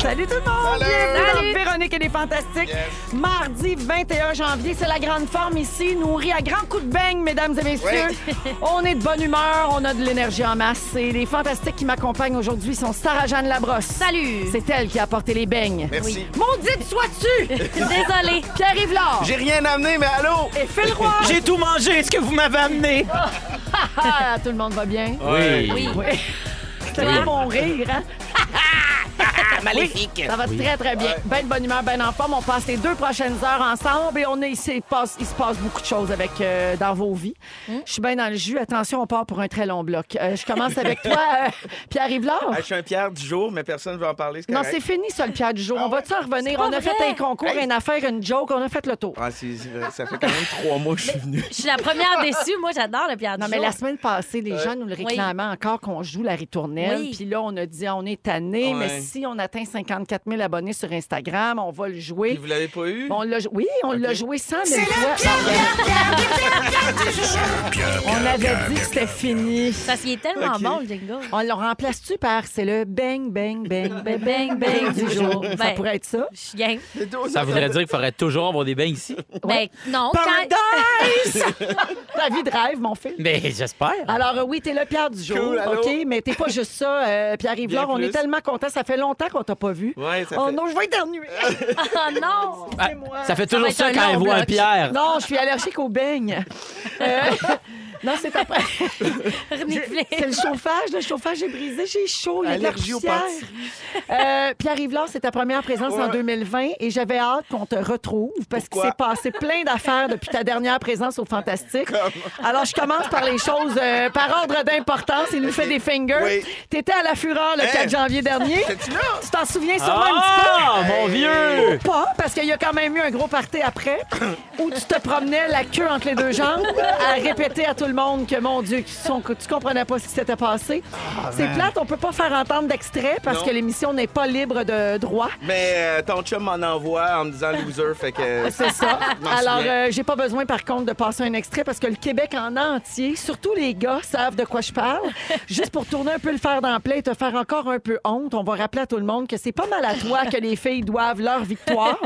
Salut tout le monde! Salut! Bienvenue dans Salut! Véronique et les Fantastiques. Yes. Mardi 21 janvier, c'est la grande forme ici, nourrie à grands coups de beigne, mesdames et messieurs. On est de bonne humeur, on a de l'énergie en masse. Et les Fantastiques qui m'accompagnent aujourd'hui sont Sarah-Jeanne Labrosse. Salut! C'est elle qui a apporté les beignes. Merci. Maudite sois-tu! Désolée. Pierre-Yves Laure J'ai rien amené, mais allô? et Phil Roy. J'ai tout mangé, ce que vous m'avez amené. Ah, tout le monde va bien? Oui. Oui. Oui. C'est Oui. mon rire, hein? Maléfique. Ça va très, très bien. Ben de bonne humeur, ben en forme. On passe les deux prochaines heures ensemble et on est, il, s'est passe, il se passe beaucoup de choses avec, euh, dans vos vies. Hum? Je suis bien dans le jus. Attention, on part pour un très long bloc. Euh, je commence avec toi, euh, Pierre-Yves Laure. Ah, je suis un Pierre du jour, mais personne ne veut en parler. Non, c'est correct. Ah fini, ça, le Pierre du jour. on va-tu en revenir? pas On a fait vrai. un concours, Hey. une affaire, une joke. On a fait le tour. Ah, c'est- c'est- ça fait quand même trois mois que je suis venu. Je suis la première déçue. Moi, j'adore le Pierre Non, mais la semaine passée, les gens nous le réclamaient encore qu'on joue la ritournelle. Oui. Puis là, on a dit, on est tanné, Ouais. mais si on atteint 54 000 abonnés sur Instagram, on va le Puis jouer. vous l'avez pas eu? On l'a jou- oui, on l'a joué 100 000 fois. on avait dit que c'était fini. Ça s'y est tellement Ok. bon, le jingle. On le remplace-tu par c'est le bang, bang, bang, ben, bang, Bang, bang du jour? Ça Ben, pourrait être ça. Je suis game. C'est tout, Ça voudrait dire qu'il faudrait toujours avoir des bains ici. Ben, non. quand- Paradise! Ta vie de rêve, mon fils. Mais Ben, j'espère. Alors euh, oui, t'es le Pierre du jour, Cool, allô? OK, mais t'es pas juste ça, euh, Pierre Yvelore, Bien on est plus. tellement contents, ça fait longtemps qu'on t'a pas vu. Ouais, ça oh fait- non, je vais éternuer. Oh non! Ah, Excusez-moi. Ça fait toujours Ça ça, va être un quand long elle voit bloc. un Pierre. Non, je suis allergique aux beignes. Euh, non, c'est après. Renifler. C'est le chauffage, le chauffage est brisé, j'ai chaud, il y a de la Allergie aux poussière. Euh, Pierre Yvelore, c'est ta première présence en Ouais. 2020 et j'avais hâte qu'on te retrouve parce qu'il Pourquoi? s'est passé plein d'affaires depuis ta dernière présence au Fantastique. Alors, je commence par les choses euh, par ordre d'importance. Il nous fait des fingers. Oui. T'étais à la fureur le Hein? 4 janvier dernier. T'es-tu là? Tu t'en souviens sûrement un petit peu? Ah, mon vieux. pas, parce qu'il y a quand même eu un gros party après, où tu te promenais la queue entre les deux jambes à répéter à tout le monde que, mon Dieu, qu'ils sont- que tu comprenais pas ce qui s'était passé. C'est plate, on peut pas faire entendre d'extrait parce Non. que l'émission n'est pas libre de droit. Mais euh, ton chum m'en envoie en me disant loser, fait que. C'est ça. Je m'en Alors, souviens. euh, j'ai pas besoin, par contre, de passer un extrait parce que le Québec en entier, surtout les gars, savent de quoi je parle. Juste pour tourner un peu le fer dans le plat et te faire encore un peu honte, on va rappeler à tout le monde que c'est pas mal à toi que les filles doivent leur victoire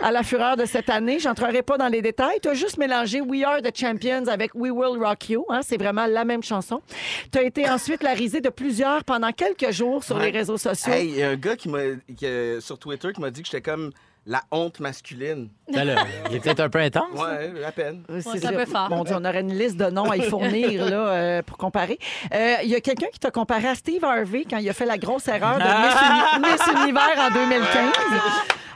à la fureur de cette année. J'entrerai pas dans les détails. Tu as juste mélangé We Are the Champions avec We Will Rock You. hein. c'est vraiment la même chanson. Tu as été ensuite la risée de plusieurs pendant quelques jours sur Ouais. les réseaux sociaux. Hey, il y a un gars qui m'a, qui, euh, sur Twitter qui m'a dit que j'étais comme la honte masculine. Ben là, il est peut-être un peu intense. Ouais, à peine. Euh, Ouais, c'est c'est un ça. peu fort. Mon Dieu, on aurait une liste de noms à y fournir là, euh, pour comparer. Euh, Il y a quelqu'un qui t'a comparé à Steve Harvey quand il a fait la grosse erreur de Miss, Uni- Miss Univers en 2015.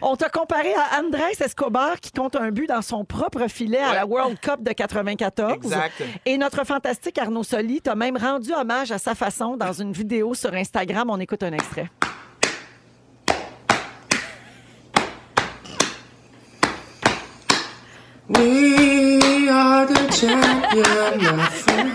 On t'a comparé à Andrés Escobar qui compte un but dans son propre filet à la World Cup de 94. Exact. Et notre fantastique Arnaud Soli t'a même rendu hommage à sa façon dans une vidéo sur Instagram. On écoute un extrait. We are the champion. my friend.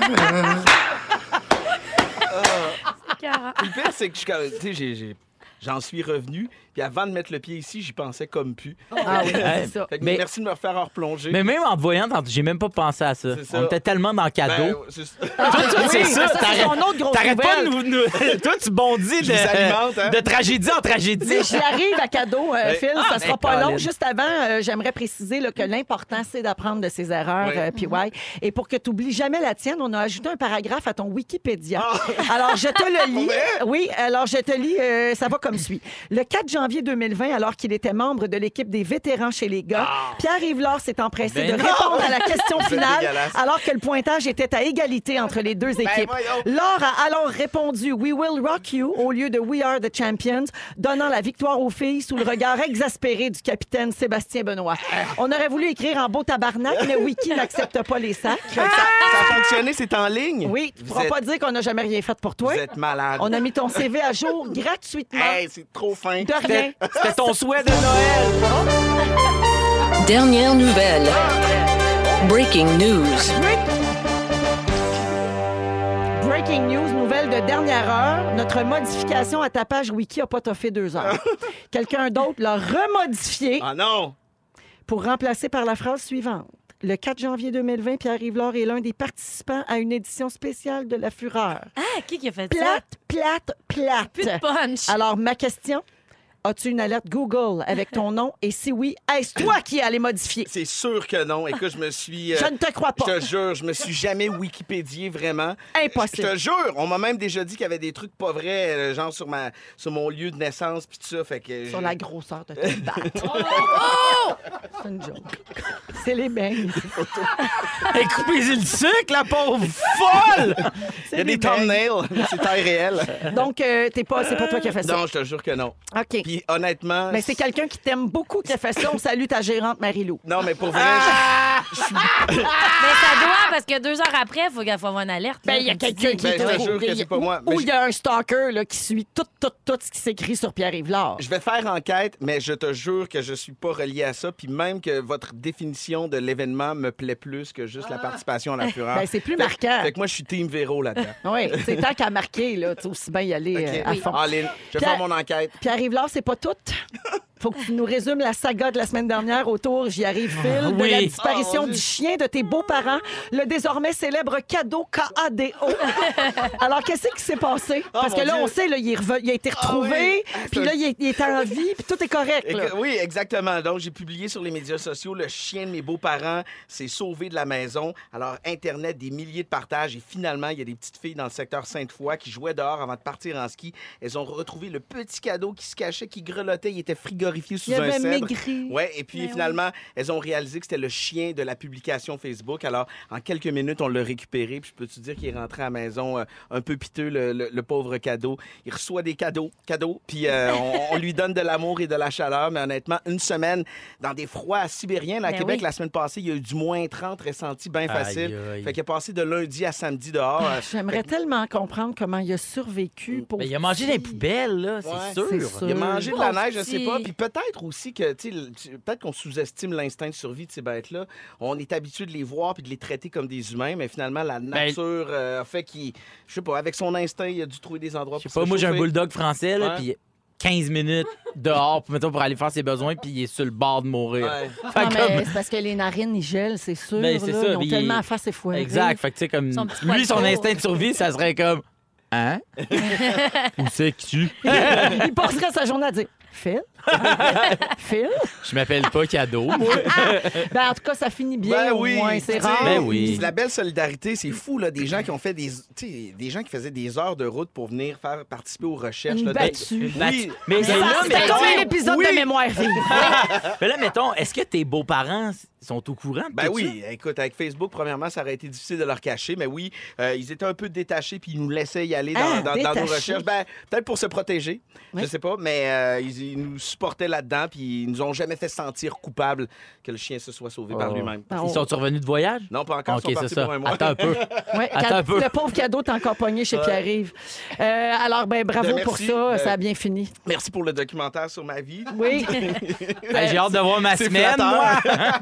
Le pire, c'est que je suis comme- tu sais, j'ai- j'ai- J'en suis revenu, puis avant de mettre le pied ici, j'y pensais comme pu. Ah oui, Ouais. c'est ça. Fait que Mais- merci de me refaire en replonger. Mais même en te voyant, tantôt, j'ai même pas pensé à ça. C'est ça. On était tellement dans le Ben, cadeau. c'est- Toi, Oui, ça, c'est t'arrêtes- son autre grosse T'arrêtes pas de nouvelle. nous, nous- Toi, tu bondis de, vous alimente, hein? de tragédie en Si tragédie. j'y arrive à cadeau, euh, Oui. Phil, ça sera ben, pas long. Colin. Juste avant, euh, j'aimerais préciser là, que l'important, c'est d'apprendre de ses erreurs, Oui. euh, Mm-hmm. PY. Et pour que tu n'oublies jamais la tienne, on a ajouté un paragraphe à ton Wikipédia. Ah. Alors, je te le lis. Oui, alors je te lis, euh, ça va comme suit. Le 4 janvier 2020, alors qu'il était membre de l'équipe des vétérans chez les gars, Pierre Yvelore s'est empressé Ah. Ben de non. répondre à la question finale dégueulasse. alors que le pointage était à égalité entre les deux équipes. Ben voyons. Laure a alors répondu We will rock you au lieu de We are the champions, donnant la victoire aux filles sous le regard exaspéré du capitaine Sébastien Benoît. Ah. On aurait voulu écrire en beau tabarnak, mais Wiki n'accepte pas les sacs. Fait que ça, ça a fonctionné, c'est en ligne. Ah! Oui, tu ne Ah. Vous pourras êtes- pas dire qu'on n'a jamais rien fait pour toi. Vous êtes malade. On a mis ton CV à jour gratuitement. Hey, c'est trop fin. De rien. C'était ton souhait de Noël. Dernière nouvelle. Breaking news. Breaking news, nouvelle de dernière heure. Notre modification à ta page Wiki n'a pas toffé deux heures. Quelqu'un d'autre l'a remodifié Ah non! pour remplacer par la phrase suivante. Le 4 janvier 2020, Pierre Yvelore est l'un des participants à une édition spéciale de La Fureur. Ah, qui qui a fait ça? Plate, plate, plate. Plus de punch. Alors, ma question, As-tu une alerte Google avec ton nom? Et si oui, est-ce toi qui allais modifier? C'est sûr que non. Écoute, je me suis. euh, Je ne te crois pas. Je te jure, je me suis jamais Wikipédié vraiment. Impossible. Je te jure, on m'a même déjà dit qu'il y avait des trucs pas vrais, euh, genre sur ma sur mon lieu de naissance puis tout ça. Fait que Sur je- la grosseur de tes pattes. Oh! C'est une joke. C'est les mêmes. Et coupez-y le sucre, la pauvre folle! Il y a des thumbnails, c'est taille réelle. Donc, euh, t'es pas, c'est pas toi qui as fait ça. Non, je te jure que non. OK. Puis honnêtement. Mais c'est quelqu'un qui t'aime beaucoup qui a fait ça. On salue ta gérante Marie-Lou. Non, mais pour vrai, Ah! Mais ça doit, parce que deux heures après, il faut qu'il faut avoir une alerte. Ben, il y a quelqu'un qui Ben, je est te jure que c'est pas moi. Mais Ou il y a un stalker là, qui suit tout, tout, tout ce qui s'écrit sur Pierre Rivard. je, je vais faire enquête, mais je te jure que je suis pas relié à ça. Puis même que votre définition de l'événement me plaît plus que juste la participation à la fureur. Ah. Ben, c'est plus Fait- marquant. Fait que moi, je suis Team Véro là-dedans. Oui, c'est tant qu'à marquer, là, tu sais, aussi bien y aller Ok. Ah. euh, à fond. All in. Je vais Pierre- faire mon enquête. Pierre Rivard, c'est pas tout. Faut que tu nous résumes la saga de la semaine dernière autour, j'y arrive, Phil, de oui. la disparition Oh, Ah, mon Dieu. du chien de tes beaux-parents, le désormais célèbre cadeau KADO. Alors, qu'est-ce qui s'est passé? Parce Ah, mon que là, Dieu. Ah, on sait, là, il, est reve- il a été retrouvé, oui. puis là, il est, il est en vie, puis tout est correct. Et là. que- oui, exactement. Donc, j'ai publié sur les médias sociaux le chien de mes beaux-parents s'est sauvé de la maison. Alors, Internet, des milliers de partages. Et finalement, il y a des petites filles dans le secteur Sainte-Foy qui jouaient dehors avant de partir en ski. Elles ont retrouvé le petit cadeau qui se cachait, qui grelottait. Il était frigorifié sous Il un avait cèdre. maigri. Ouais, et puis finalement, elles ont réalisé que c'était le chien de la publication Facebook. Alors, en quelques minutes, on l'a récupéré. Puis, je peux te dire qu'il est rentré à la maison euh, un peu piteux, le, le- le pauvre cadeau. Il reçoit des cadeaux, cadeaux. Puis, euh, on, on lui donne de l'amour et de la chaleur. Mais honnêtement, une semaine dans des froids sibériens, là, à Ben Québec, oui. la semaine passée, il y a eu du moins 30 ressentis bien facile. aïe. Fait qu'il est passé de lundi à samedi dehors. Euh, J'aimerais tellement comprendre comment il a survécu pour. Ben, il a mangé des poubelles, là, c'est Ouais. sûr. C'est sûr. Il a mangé de la neige, je sais Pauvre pas. petit. Puis peut-être aussi que, tu sais, le- tu- peut-être qu'on sous-estime l'instinct de survie de ces bêtes-là. On est habitué de les voir puis de les traiter comme des humains, mais finalement, Ben, la nature euh, a fait qu'il, je sais pas, avec son instinct, il a dû trouver des endroits Je pour sais pas, se moi j'ai un chauffer. bulldog français, là, Ouais. puis 15 minutes dehors, pour, mettons, pour aller faire ses besoins, puis il est sur le bord de mourir. Ouais. Fait Non, que mais comme- Eh, c'est parce que les narines, ils gèlent, c'est sûr. Ben, c'est là. ça, ils ont puis il- tellement à faire ses foies. Exact. Fait que tu sais, comme. Son petit Lui, son poids de instinct de survie, ça serait comme. Hein? Où c'est que tu? il passerait sa journée à dire Phil? Phil? Je m'appelle pas cadeau. moi. Ben, en tout cas, ça finit bien. Ben au oui, moins, c'est tu sais, rare. Ben oui. La belle solidarité, c'est fou là, des gens qui ont fait des, tu sais, des gens qui faisaient des heures de route pour venir faire participer aux Ben, recherches. Une là, de- battue. Oui. Mais, Ça, mais là, C'était Ben, mais- combien d'épisodes Oui. de mémoire vive? Mais là, mettons, est-ce que tes beaux-parents sont au courant? de Ben tout oui, écoute, avec Facebook, premièrement, ça aurait été difficile de leur cacher, mais oui, euh, ils étaient un peu détachés puis ils nous laissaient y aller dans, Ah, dans- dans nos détachés. recherches. Ben, peut-être pour se protéger, Oui. je sais pas, mais euh, ils, ils nous supportaient là-dedans puis ils nous ont jamais fait sentir coupables que le chien se soit sauvé par Oh. lui-même. Ah, ça? Ils sont revenus de voyage? Non, pas encore, Ok, ils sont partis c'est ça. pour un mois. Attends un peu. Ouais, Attends cade- un peu. Le pauvre cadeau t'es encore pogné chez Pierre-Yves. Euh, alors, ben bravo Ben, pour merci. ça. Ben- Ça a bien fini. Merci pour le documentaire sur ma vie. Oui. Hey, J'ai hâte de voir ma c'est semaine, flatteur. moi.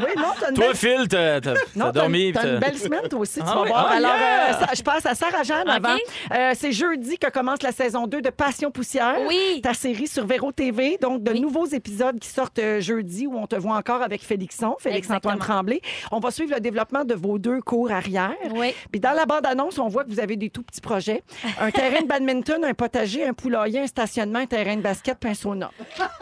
oui, non, t'as une Toi, belle Phil, t'as t'as- Non, t'as t'as dormi. une- T'as puis une t'as- belle semaine, toi aussi, tu Ah vas oui? voir. Ah, Alors, yeah! euh, ça- je passe à Sarah-Jeanne Ok. avant. Euh, c'est jeudi que commence la saison 2 de Passion Poussière. Oui. Ta série sur Véro TV. Donc, de Oui. nouveaux épisodes qui sortent euh, jeudi où on te voit encore avec Félixon, Félix-Antoine Exactement. Tremblay. On va suivre le développement de vos deux cours arrière. Oui. Puis dans la bande-annonce, on voit que vous avez des tout petits projets. Un terrain de badminton, un potager, un poulailler, un stationnement, un terrain de basket, puis un sauna.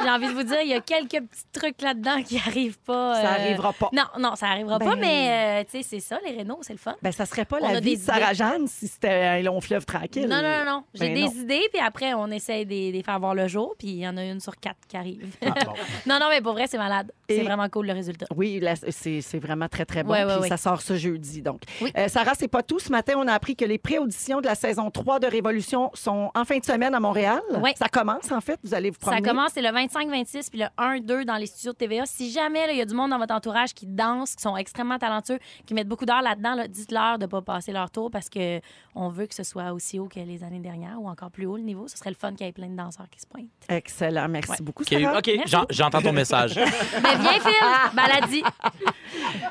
J'ai envie de vous dire, il y a quelques petits trucs là-dedans qui arrivent pas. Ça euh, arrivera pas. Non, non, ça arrivera Ben- pas, mais euh, tu sais, c'est ça, les rénaux, c'est le fun. Ben, ça serait pas On la a vie des de Sarah-Jeanne si c'était un long fleuve tranquille. Non, non, non, non. J'ai Ben des non. idées, puis après, on essaye de de les faire voir le jour, puis il y en a une sur quatre qui arrive. non, non, mais pour vrai, c'est malade. Ah, Et- C'est vraiment cool, le résultat. Oui, là, c'est c'est vraiment très, très bon. Ouais, ouais, Puis ouais. ça sort ce jeudi, donc. Oui. Euh, Sarah, c'est pas tout. Ce matin, on a appris que les pré-auditions de la saison 3 de Révolution sont en fin de semaine à Montréal. Ouais. Ça commence, en fait. Vous allez vous promener. Ça commence, c'est le 25-26 puis le 1-2 dans les studios de TVA. Si jamais là, il y a du monde dans votre entourage qui danse, qui sont extrêmement talentueux, qui mettent beaucoup d'heures là-dedans, là, dites-leur de ne pas passer leur tour parce que on veut que ce soit aussi haut que les années dernières ou encore plus haut le niveau. Ce serait le fun qu'il y ait plein de danseurs qui se pointent. Excellent. Merci Ouais. beaucoup, Ok, Sarah. ok, j'en- j'entends ton message. Mais viens, Phil! Maladie!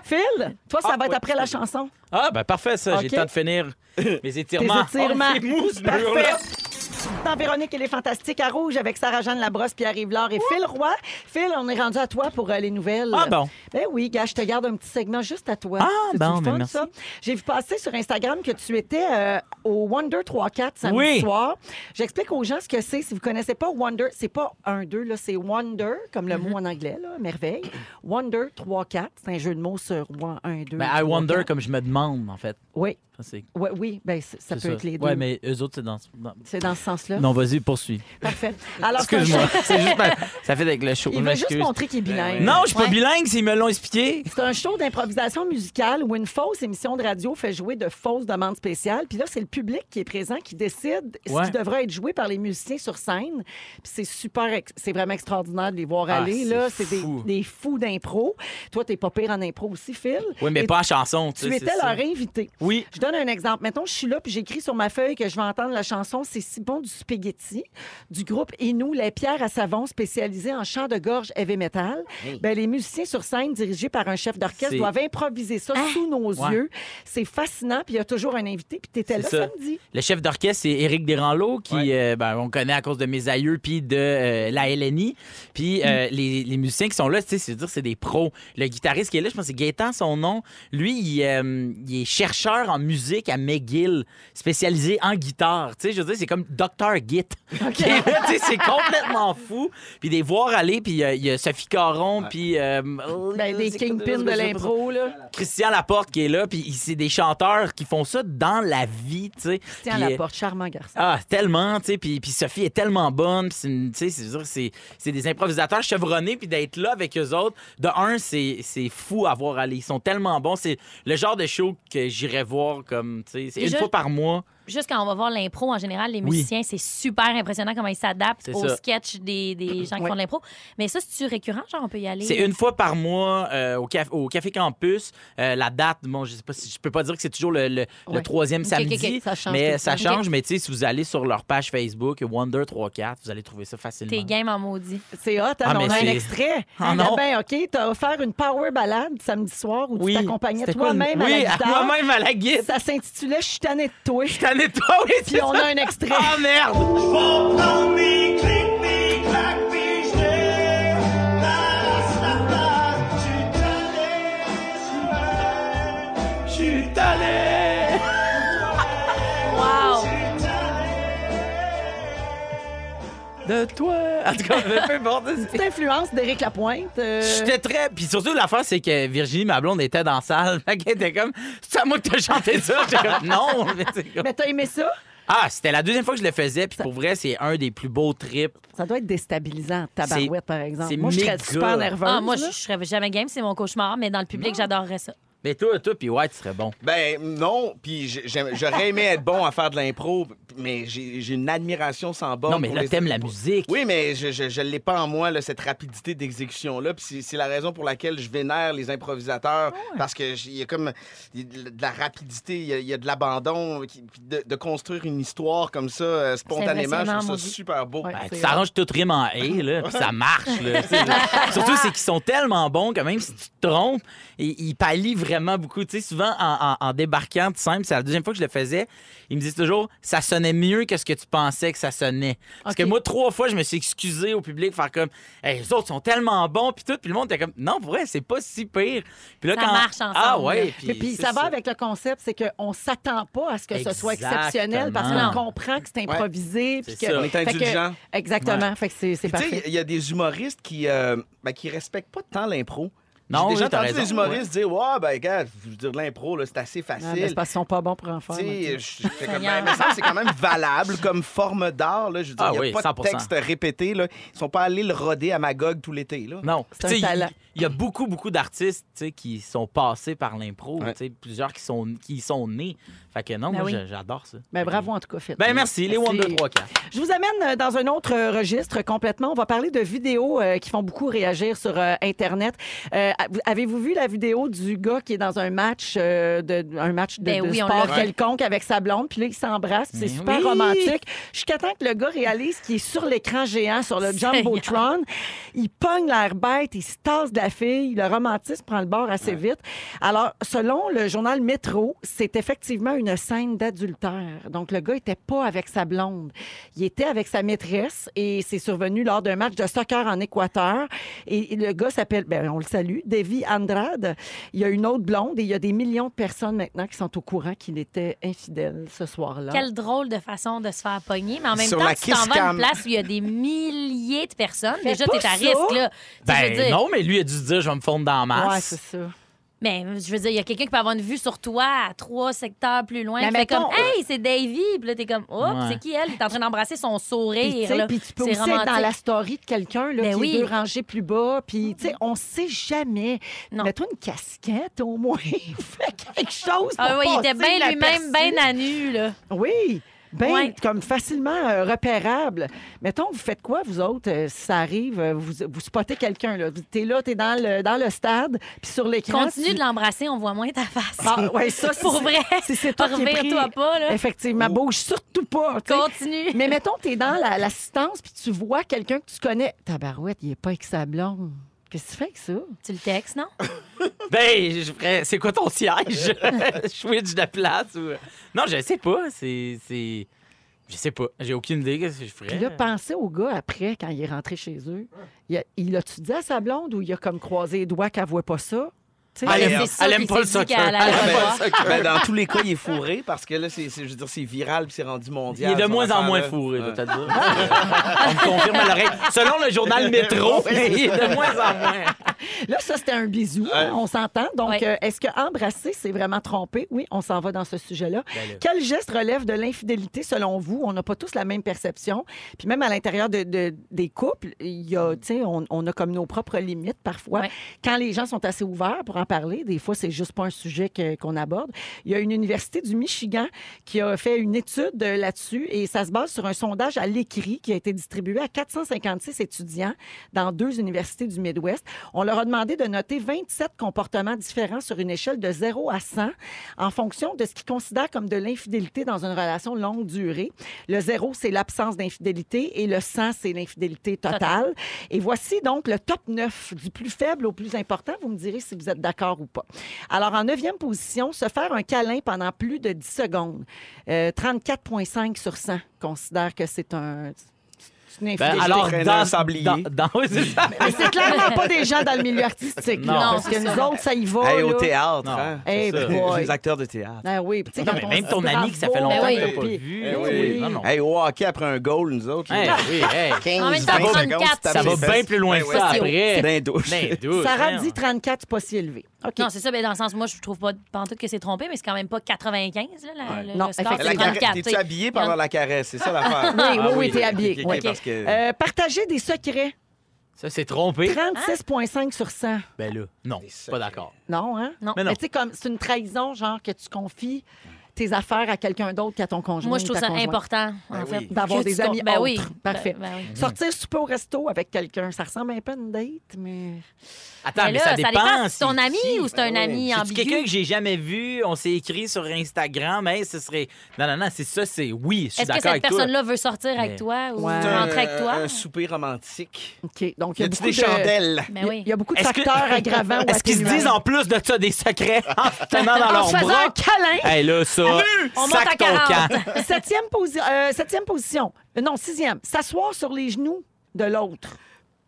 Phil, toi, ça Ah, va être oui. après la chanson. Ah, ben parfait, ça. J'ai Ok. le temps de finir mes étirements. Tes étirements. Oh, c'est mou, ce Parfait. mur-là. Dans Véronique et les Fantastiques à Rouge avec Sarah-Jeanne Labrosse, Pierre-Yves Laure et Phil Roy. Phil, on est rendu à toi pour euh, les nouvelles. Ah bon. Ben oui, gars, je te garde un petit segment juste à toi. Ah C'est-tu bon, le ben fun, merci. ça? J'ai vu passer sur Instagram que tu étais euh, au Wonder 3-4 samedi Oui. soir. J'explique aux gens ce que c'est. Si vous connaissez pas Wonder, c'est pas 1-2, là, c'est Wonder, comme le Mhm. mot en anglais, là, merveille. Wonder 3-4, c'est un jeu de mots sur 1-2. Ben, I wonder, comme je me demande, en fait. Oui, Ça, c'est- oui, oui ben, c- ça peut c'est être les deux. Ouais, mais eux autres, c'est dans. dans- C'est dans ce sens-là. Non, vas-y, poursuis. Parfait. Alors, c'est un Excuse-moi. jeu- c'est juste. pas- Ça fait avec le show. Ah, Il veut juste M'excuse. montrer qu'il est bilingue. Non, je suis pas Ouais. bilingue, s'ils me l'ont expliqué. C'est un show d'improvisation musicale où une fausse émission de radio fait jouer de fausses demandes spéciales. Puis là, c'est le public qui est présent qui décide Ouais. ce qui devra être joué par les musiciens sur scène. Puis c'est super, ex- c'est vraiment extraordinaire de les voir Ah, aller. c'est là, c'est des, fou. des fous d'impro. Toi, t'es pas pire en impro aussi, Phil. Oui, mais Et pas à chanson, tu Tu sais. c'est étais leur ça. invité. Oui. Je donne un exemple. Mettons, je suis là puis j'écris sur ma feuille que je vais entendre la chanson C'est si bon du spaghetti du groupe Inou, les pierres à savon spécialisé en chant de gorge heavy metal. Ben, les musiciens sur scène dirigés par un chef d'orchestre C'est- Hein? doivent improviser ça sous nos Ouais. yeux. C'est fascinant puis il y a toujours un invité puis t'étais là C'est ça. samedi. Le chef d'orchestre, c'est Éric Desranleau, qui, euh, ben, on connaît à cause de mes aïeux, puis de euh, la LNI. Puis euh, les, les musiciens qui sont là, tu sais, c'est dire, c'est des pros. Le guitariste qui est là, je pense que c'est Gaétan, son nom. Lui, il, euh, il est chercheur en musique à McGill, spécialisé en guitare. Tu sais, je veux dire, c'est comme Dr. Git. qui est là, tu sais, c'est complètement fou. Puis des voir aller, puis euh, il y a Sophie Caron, puis... euh, Ben, des kingpins de l'impro, là. Christian Laporte qui est là, puis il- c'est des chanteurs qui font ça dans la vie, tu sais. Tiens, Puis, à euh, la porte, charmant garçon. Ah, tellement, tu sais, puis, puis Sophie est tellement bonne, puis c'est une- tu sais, c'est- je veux dire, c'est c'est des improvisateurs chevronnés, puis d'être là avec eux autres, de un, c'est c'est fou à voir aller. Ils sont tellement bons, c'est le genre de show que j'irais voir comme, tu sais, c'est une Déjà- fois par mois. Juste quand on va voir l'impro, en général, les Oui. musiciens, c'est super impressionnant comment ils s'adaptent C'est au ça. sketch des, des gens qui Ouais. font de l'impro. Mais ça, c'est-tu récurrent? Genre, on peut y aller? C'est une fois par mois euh, au, caf- au Café Campus. Euh, la date, bon, je sais pas si je peux pas dire que c'est toujours le, le- le Ouais. troisième Ok, samedi, ok, ok, ça change tout mais le ça temps. change. Mais tu sais, si vous allez sur leur page Facebook Wonder 34, vous allez trouver ça facilement. T'es game en maudit. C'est hot, hein, Ah, mais on a un c'est- extrait. Ah, Eh non. ben, OK, t'as offert une power balade samedi soir où Oui. tu t'accompagnais C'était quoi, toi-même une- à la oui, guitare. moi-même à la guitare. Ça s'intitulait « Je suis tannée de toi ». T'en toi, oui, c'est Puis on ça. a un extrait. Ah merde! Wow! De toi! En tout cas, peu importe. Petite influence d'Éric Lapointe. euh, J'étais très. Puis surtout, l'affaire, c'est que Virginie, ma blonde, était dans la salle. Fait qu'elle était comme, c'est à moi que t'as chanté ça? J'étais comme, non! Mais c'est comme- Mais t'as aimé ça? Ah, c'était la deuxième fois que je le faisais. Puis pour vrai, c'est un des plus beaux trips. Ça doit être déstabilisant, tabarouette, par exemple. c'est Moi, je serais méga. super nerveuse. Ah, moi, je là. je serais jamais game, c'est mon cauchemar, mais dans le public, j'adorerais ça. Mais toi, toi, puis ouais, tu serais bon. Ben non, puis j'ai- j'aime- j'aurais aimé être bon à faire de l'impro, mais j'ai j'ai une admiration sans borne. non, mais pour là, les- t'aimes la musique. Oui, mais je, je, je l'ai pas en moi, là, cette rapidité d'exécution-là. Puis c'est- c'est la raison pour laquelle je vénère les Ah improvisateurs. Parce qu'il y a comme il y a de la rapidité, il y a- il y, a de l'abandon. qui- puis De, de construire une histoire comme ça, euh, spontanément, je impressionnant, trouve ça maudit. super beau. Ouais. Ben, C'est tu t'arranges tout rime en et, là, puis ça marche. Là, tu sais, là. Surtout, c'est qu'ils sont tellement bons que même si tu te trompes, ils, ils pallient vraiment beaucoup. Tu sais, souvent, en, en- en débarquant de simple, c'est la deuxième fois que je le faisais, ils me disent toujours ça sonnait mieux que ce que tu pensais que ça sonnait. Parce Ok. que moi, trois fois, je me suis excusé au public, faire comme hey, les autres sont tellement bons, puis tout. Puis le monde était comme non, pour vrai, c'est pas si pire. Puis là, Ça quand... marche ensemble, Ah là. ouais. Et puis, c'est ça va avec le concept, c'est qu'on s'attend pas à ce que ce soit exceptionnel parce qu'on Exactement. comprend que c'est improvisé. puis C'est que- ça. On est Fait que- indulgent. Exactement. Fait que c'est- c'est Tu sais, parfait. il y a des humoristes qui, euh, ben, qui respectent pas tant l'impro. Non, J'ai oui, déjà t'as entendu raison, des humoristes dire Ouais, ben, gars, je veux dire, de l'impro, là, c'est assez Ah, mais facile. c'est parce qu'ils sont pas bons pour en faire. Tu sais, moi, je- je fais comme, Seigneur. ben, mais ça, c'est quand même valable comme forme d'art. là. Je veux dire, Ah il n'y a oui, pas 100%. de texte répété. Là. Ils sont pas allés le roder à Magog tout l'été. là. Non. C'est un Tu sais, il- talent. Il y a beaucoup, beaucoup d'artistes tu sais, qui sont passés par l'impro, Ouais. tu sais, plusieurs qui sont, qui sont nés. Fait que non, Ben moi, oui. j'a- j'adore ça. Mais bravo en tout cas, Phil. Ben merci, les 1, 2, 3, 4. Je vous amène euh, dans un autre euh, registre complètement. On va parler de vidéos euh, qui font beaucoup réagir sur euh, Internet. Euh, avez-vous vu la vidéo du gars qui est dans un match euh, de, un match de, Ben de oui, on sport l'a vu. quelconque avec sa blonde, puis là, ils s'embrassent, puis c'est Mais super oui. romantique. Jusqu'à temps que le gars réalise qu'il est sur l'écran géant, sur le Seigneur. Jumbotron. Il pogne l'air bête, il se tasse de la fille, le romantisme prend le bord assez vite. Alors, selon le journal Métro, c'est effectivement une scène d'adultère. Donc, le gars était pas avec sa blonde. Il était avec sa maîtresse et c'est survenu lors d'un match de soccer en Équateur. Et le gars s'appelle, ben, on le salue, Davy Andrade. Il y a une autre blonde et il y a des millions de personnes maintenant qui sont au courant qu'il était infidèle ce soir-là. Quelle drôle de façon de se faire pogner, mais en même Sur temps, la tu t'en kiss vas à cam. une place où il y a des milliers de personnes. Fais Déjà, pas t'es à ça. risque, là. Tu sais, je veux Ben dire- non, mais lui a dû se dire je vais me fondre dans la Ouais, masse. c'est ça. Mais je veux dire, il y a quelqu'un qui peut avoir une vue sur toi à trois secteurs plus loin. Mais qui fait mettons, euh, comme Hey, c'est Davy. Puis là, t'es comme Oh, Ouais. c'est qui elle? Il est en train d'embrasser son Puis, tu sourire. sais, là. Puis tu peux C'est aussi être dans la story de quelqu'un là, Ben qui oui. est deux rangées plus bas. Puis, tu sais, on sait jamais. Non. Mets-toi une casquette au moins. Fais quelque chose. Pour Ah oui, il était passer bien lui-même, inaperçu. bien à nu, là. Oui. Ben, Ouais. comme facilement euh, repérable. Mettons, vous faites quoi, vous autres, euh, si ça arrive, euh, vous, vous spottez quelqu'un, là. T'es là, t'es dans le, dans le stade, puis sur l'écran... Continue tu- de l'embrasser, on voit moins ta face. Ah, ouais, ça, si Pour c'est- vrai. Si c'est toi qui es pris, Reviens-toi pas, Oh. là. Effectivement, bouge surtout pas, tu sais. Continue. Mais mettons, t'es dans la- l'assistance, puis tu vois quelqu'un que tu connais. Tabarouette, il est pas avec sa blonde. Qu'est-ce que tu fais avec ça? Tu le textes, non? Ben, je ferais- c'est quoi ton siège? Je Switch de place ou. Non, je sais pas. C'est. c'est- Je sais pas. J'ai aucune idée de ce que je ferais. Puis là, pensez au gars après, quand il est rentré chez eux. Il a- Il a-tu dit à sa blonde ou il a comme croisé les doigts qu'elle voit pas ça? Tu sais, Elle Mais aime- c'est sûr elle aime qu'il pas le s'est dit soccer. qu'elle allait Elle Ah aime le pas voir. Ben, dans tous les cas, il est fourré parce que là, c'est, c'est- je veux dire, c'est viral puis c'est rendu Il mondial. est de son moins en affaire, moins là. fourré, Ouais. peut-être. On me confirme à l'oreille. Selon le journal Métro, il est de moins en moins. Là, ça, c'était un bisou, hein, on s'entend. Donc, Ouais. euh, est-ce que embrasser, c'est vraiment tromper? Oui, on s'en va dans ce sujet-là. Ben là. Quel geste relève de l'infidélité selon vous? On n'a pas tous la même perception. Puis même à l'intérieur de, de- des couples, il y a, tu sais, on, on a comme nos propres limites parfois. Ouais. Quand les gens sont assez ouverts pour en parler, des fois, c'est juste pas un sujet que- qu'on aborde. Il y a une université du Michigan qui a fait une étude euh, là-dessus et ça se base sur un sondage à l'écrit qui a été distribué à 456 étudiants dans deux universités du Midwest. On leur a demandé de noter 27 comportements différents sur une échelle de 0 à 100 en fonction de ce qu'ils considèrent comme de l'infidélité dans une relation longue durée. Le 0, c'est l'absence d'infidélité et le 100, c'est l'infidélité totale. Et voici donc le top 9 du plus faible au plus important. Vous me direz si vous êtes d'accord ou pas. Alors, en neuvième position, se faire un câlin pendant plus de 10 secondes. Euh, 34,5 sur 100 considèrent que c'est un... c'est une Ben, infidélité. alors, traîner dans, un sablier. dans, dans- oui, c'est ça. Mais Ah, c'est clairement pas des gens dans le milieu artistique. là, Non, parce c'est que ça. nous autres, ça y va. Hey, au Oh, là. théâtre, Non. hein? Hey, C'est ça. boy. Les acteurs de théâtre. Ah oui, puis tu sais, Non, quand mais on même se ton dit ami que ça fait bravo, longtemps oui. que t'as pas puis- vu. Eh oui. oui. Non, non. Hey, au hockey après un goal, nous autres. Hey, là. oui, eh. hey. En même temps, 15, 20 34, secondes, Ça Ben tape va les bien fesses. plus loin que Ouais, ça ouais. après. Dans les douches. Mais Ben, douce, Sarah merde. dit 34, c'est pas si élevé. OK. Non, c'est ça. Ben, dans le sens, moi, je trouve pas pantoute que c'est trompé, mais c'est quand même pas 95, là, la- le, Non, le score. effectivement. c'est La caresse, 34, T'es-tu t'sais. habillé pendant la caresse? C'est ça l'affaire? Oui, oui, Ah oui, t'es habillé. Ok, ok, Oui. parce que- Euh, partager des secrets, Ça, c'est trompé. 36,5 sur 100. Ben là, non, pas d'accord. Non, hein? Non. Mais Mais, non. tu sais, comme c'est une trahison, genre que tu confies tes affaires à quelqu'un d'autre qu'à ton conjoint. Moi, je ou trouve ta ça conjointe. important, en Ben fait. oui. D'avoir que des tu amis con- ben autres. oui. Parfait. Ben- ben oui. Sortir souper au resto avec quelqu'un, ça ressemble un peu à une date, mais. Attends, Mais Ben mais, là, ça ça dépend. dépend si si- c'est ton ami si- ou c'est un Ben oui. ami C'est-tu quelqu'un ambigu. que j'ai jamais vu, on s'est écrit sur Instagram, mais ce serait. Non, non, non, c'est ça, c'est oui, je Est-ce suis que d'accord cette avec toi. personne-là veut sortir Mais- avec toi ou Ouais. C'est un- rentrer avec toi? Un souper romantique. OK. Donc, il y Y a a-tu beaucoup des de... chandelles? Il Ben y a- oui. il y a beaucoup de Est-ce que- facteurs aggravants ou Est-ce qu'ils se atténuants. disent en plus de ça des secrets en se tenant dans En leur se faisant bras? un câlin! Hey, là, ça. On monte sac à ton 40. camp. Septième, posi- euh, septième position. Euh, Non, sixième. S'asseoir sur les genoux de l'autre.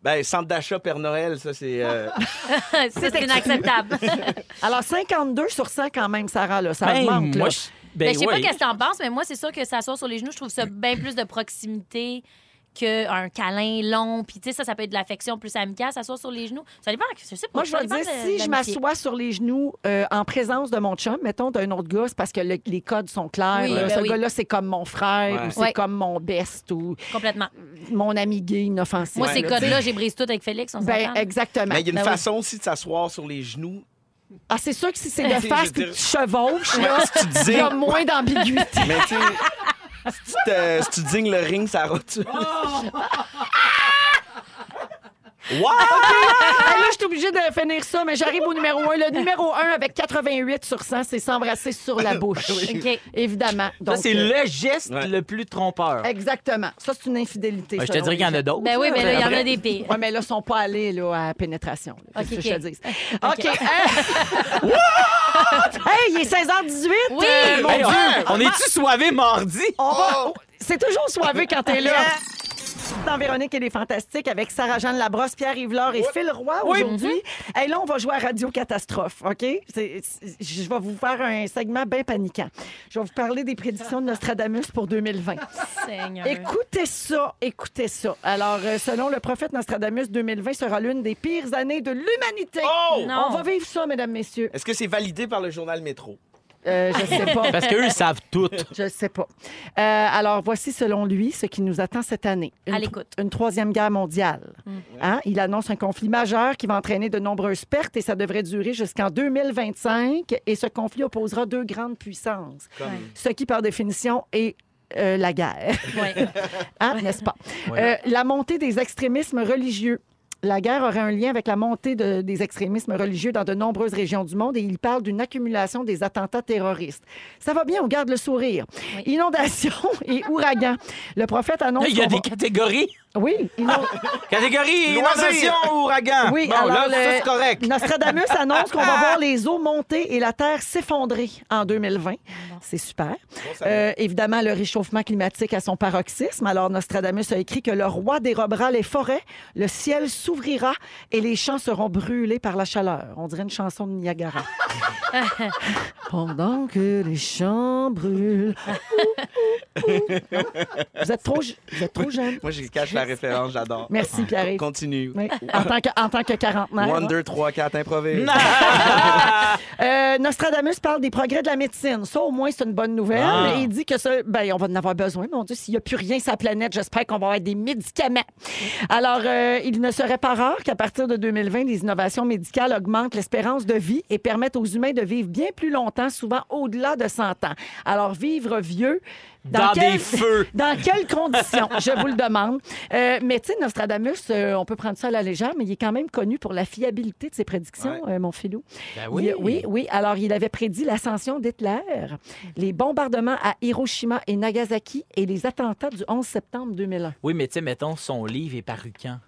Ben, centre d'achat Père Noël, ça, c'est... euh, Ça, c'est inacceptable. Ben Alors, 52 sur 100 quand même, Sarah, là, ça Ben, augmente. moi, là. je. Ben, Ben, je sais oui. pas qu'est-ce que t'en penses, mais moi, c'est sûr que s'asseoir sur les genoux, je trouve ça bien plus de proximité qu'un câlin long. Puis, tu sais, ça, ça peut être de l'affection plus amicale, s'asseoir sur les genoux. Ça dépend, je sais pas. Moi, je ça vais dépend dire, de- si de je l'amitié. m'assois sur les genoux euh, en présence de mon chum, mettons d'un autre gars, c'est parce que le- les codes sont clairs. Oui, là. ben Ce oui. gars-là, c'est comme mon frère Ouais. ou c'est Ouais. comme mon best ou Complètement. mon ami gay inoffensif. Moi, là, ces tu sais. codes-là, j'ai brisé tout avec Félix, on Ben, s'entend. exactement. Mais il y a une Ben oui. façon aussi de s'asseoir sur les genoux. Ah, c'est sûr que si c'est Tu de sais, face je puis veux que tu dire- chevauches, là, Si tu il y a dignes... moins d'ambiguïté. Mais tu sais, si tu te- si tu dignes le ring, ça rotule. Hey, là, je suis obligée de finir ça, mais j'arrive au numéro 1. Le numéro 1 avec 88 sur 100, c'est s'embrasser sur la bouche. OK. Évidemment. Ça, Donc, c'est euh, le geste ouais. le plus trompeur. Exactement. Ça, c'est une infidélité. Ben, je te selon dirais qu'il y en les a gens. d'autres. Ben oui, mais là, il y en a Après. des pires. Ouais, mais là, ils sont pas allés là, à la pénétration. là. OK, Qu'est-ce que je te OK. dise. OK. Hein? hey, il est 16h18. Oui! euh, mon Hey, Dieu. on on est-tu soivé mardi? On va- C'est toujours soivé quand t'es là. Oh! Dans Véronique et les Fantastiques avec Sarah-Jeanne Labrosse, Pierre Yvelore et Phil Roy aujourd'hui. Et là, on va jouer à Radio Catastrophe, OK? C'est- c'est- Je vais vous faire un segment bien paniquant. Je vais vous parler des prédictions de Nostradamus pour 2020. Seigneur. Écoutez ça, écoutez ça. Alors, euh, selon le prophète Nostradamus, 2020 sera l'une des pires années de l'humanité. Oh! Non. On va vivre ça, mesdames, messieurs. Est-ce que c'est validé par le journal Métro? Euh, je sais pas. Parce qu'eux, ils savent tout. Je ne sais pas. Euh, alors, voici, selon lui, ce qui nous attend cette année. Une, À l'écoute. Mm. Une troisième guerre mondiale. Hein? Il annonce un conflit majeur qui va entraîner de nombreuses pertes et ça devrait durer jusqu'en 2025. Et ce conflit opposera deux grandes puissances, Comme... ce qui, par définition, est euh, la guerre. Ouais. Hein, n'est-ce pas? Ouais. Euh, la montée des extrémismes religieux. La guerre aurait un lien avec la montée de- des extrémismes religieux dans de nombreuses régions du monde et il parle d'une accumulation des attentats terroristes. Ça va bien, on garde le sourire. Oui. Inondations et ouragans. Le prophète annonce. Là, il y a qu'on des catégories. va- Oui, inon- Catégorie Loisirs. inondation, ouragan. Oui, bon, alors là, le- ça, c'est correct. Ah! Nostradamus annonce qu'on va voir les eaux monter et la terre s'effondrer en 2020. C'est super. Euh, évidemment, le réchauffement climatique à son paroxysme. Alors, Nostradamus a écrit que le roi dérobera les forêts, le ciel s'ouvrira et les champs seront brûlés par la chaleur. On dirait une chanson de Niagara. Pendant que les champs brûlent. Ouh, ouh, ouh. Vous êtes trop, je- vous êtes trop jeune. Moi, je cache la référence, j'adore. Merci, Pierre. Continue. Oui, en, tant que, en tant que quarantenaire. One, deux, trois, quatre, improvise. Euh, Nostradamus parle des progrès de la médecine. Ça, au moins, c'est une bonne nouvelle. Ah. Il dit que ça, ben, on va en avoir besoin. Mon Dieu, s'il n'y a plus rien sur la planète, j'espère qu'on va avoir des médicaments. Alors, euh, il ne serait pas rare qu'à partir de 2020, les innovations médicales augmentent l'espérance de vie et permettent aux humains de vivre bien plus longtemps, souvent au-delà de 100 ans. Alors, vivre vieux. Dans des quelles- feux. Dans quelles conditions? Je vous le demande. Euh, mais tu sais, Nostradamus, euh, on peut prendre ça à la légère, mais il est quand même connu pour la fiabilité de ses prédictions, euh, mon filou. Ben Il- oui, oui. Alors, il avait prédit l'ascension d'Hitler, les bombardements à Hiroshima et Nagasaki et les attentats du 11 septembre 2001. Oui, mais tu sais, mettons, son livre est paru quand?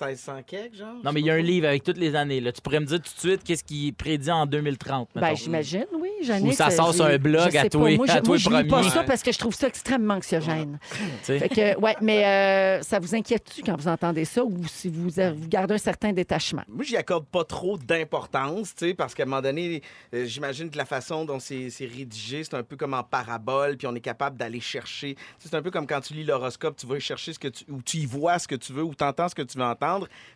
1600 quelques, genre? Non, mais il y a un livre avec toutes les années. Là. Tu pourrais me dire tout de suite qu'est-ce qui prédit en 2030, mettons. Ben, j'imagine, oui, Jannick. Ou ça euh, sort sur j'ai- un blog je sais à pas. toi- Moi, je, à moi, toi je lis pas premier. ça parce que je trouve ça extrêmement anxiogène. Tu sais. Fait que, ouais, mais euh, ça vous inquiète-tu quand vous entendez ça ou si vous, vous gardez un certain détachement? Moi, j'y accorde pas trop d'importance, tu sais, parce qu'à un moment donné, euh, j'imagine que la façon dont c'est c'est rédigé, c'est un peu comme en parabole, puis on est capable d'aller chercher. Tu sais, C'est un peu comme quand tu lis l'horoscope, tu vas chercher ce que tu, ou tu y vois ce que tu veux, ou tu entends ce que tu veux entendre,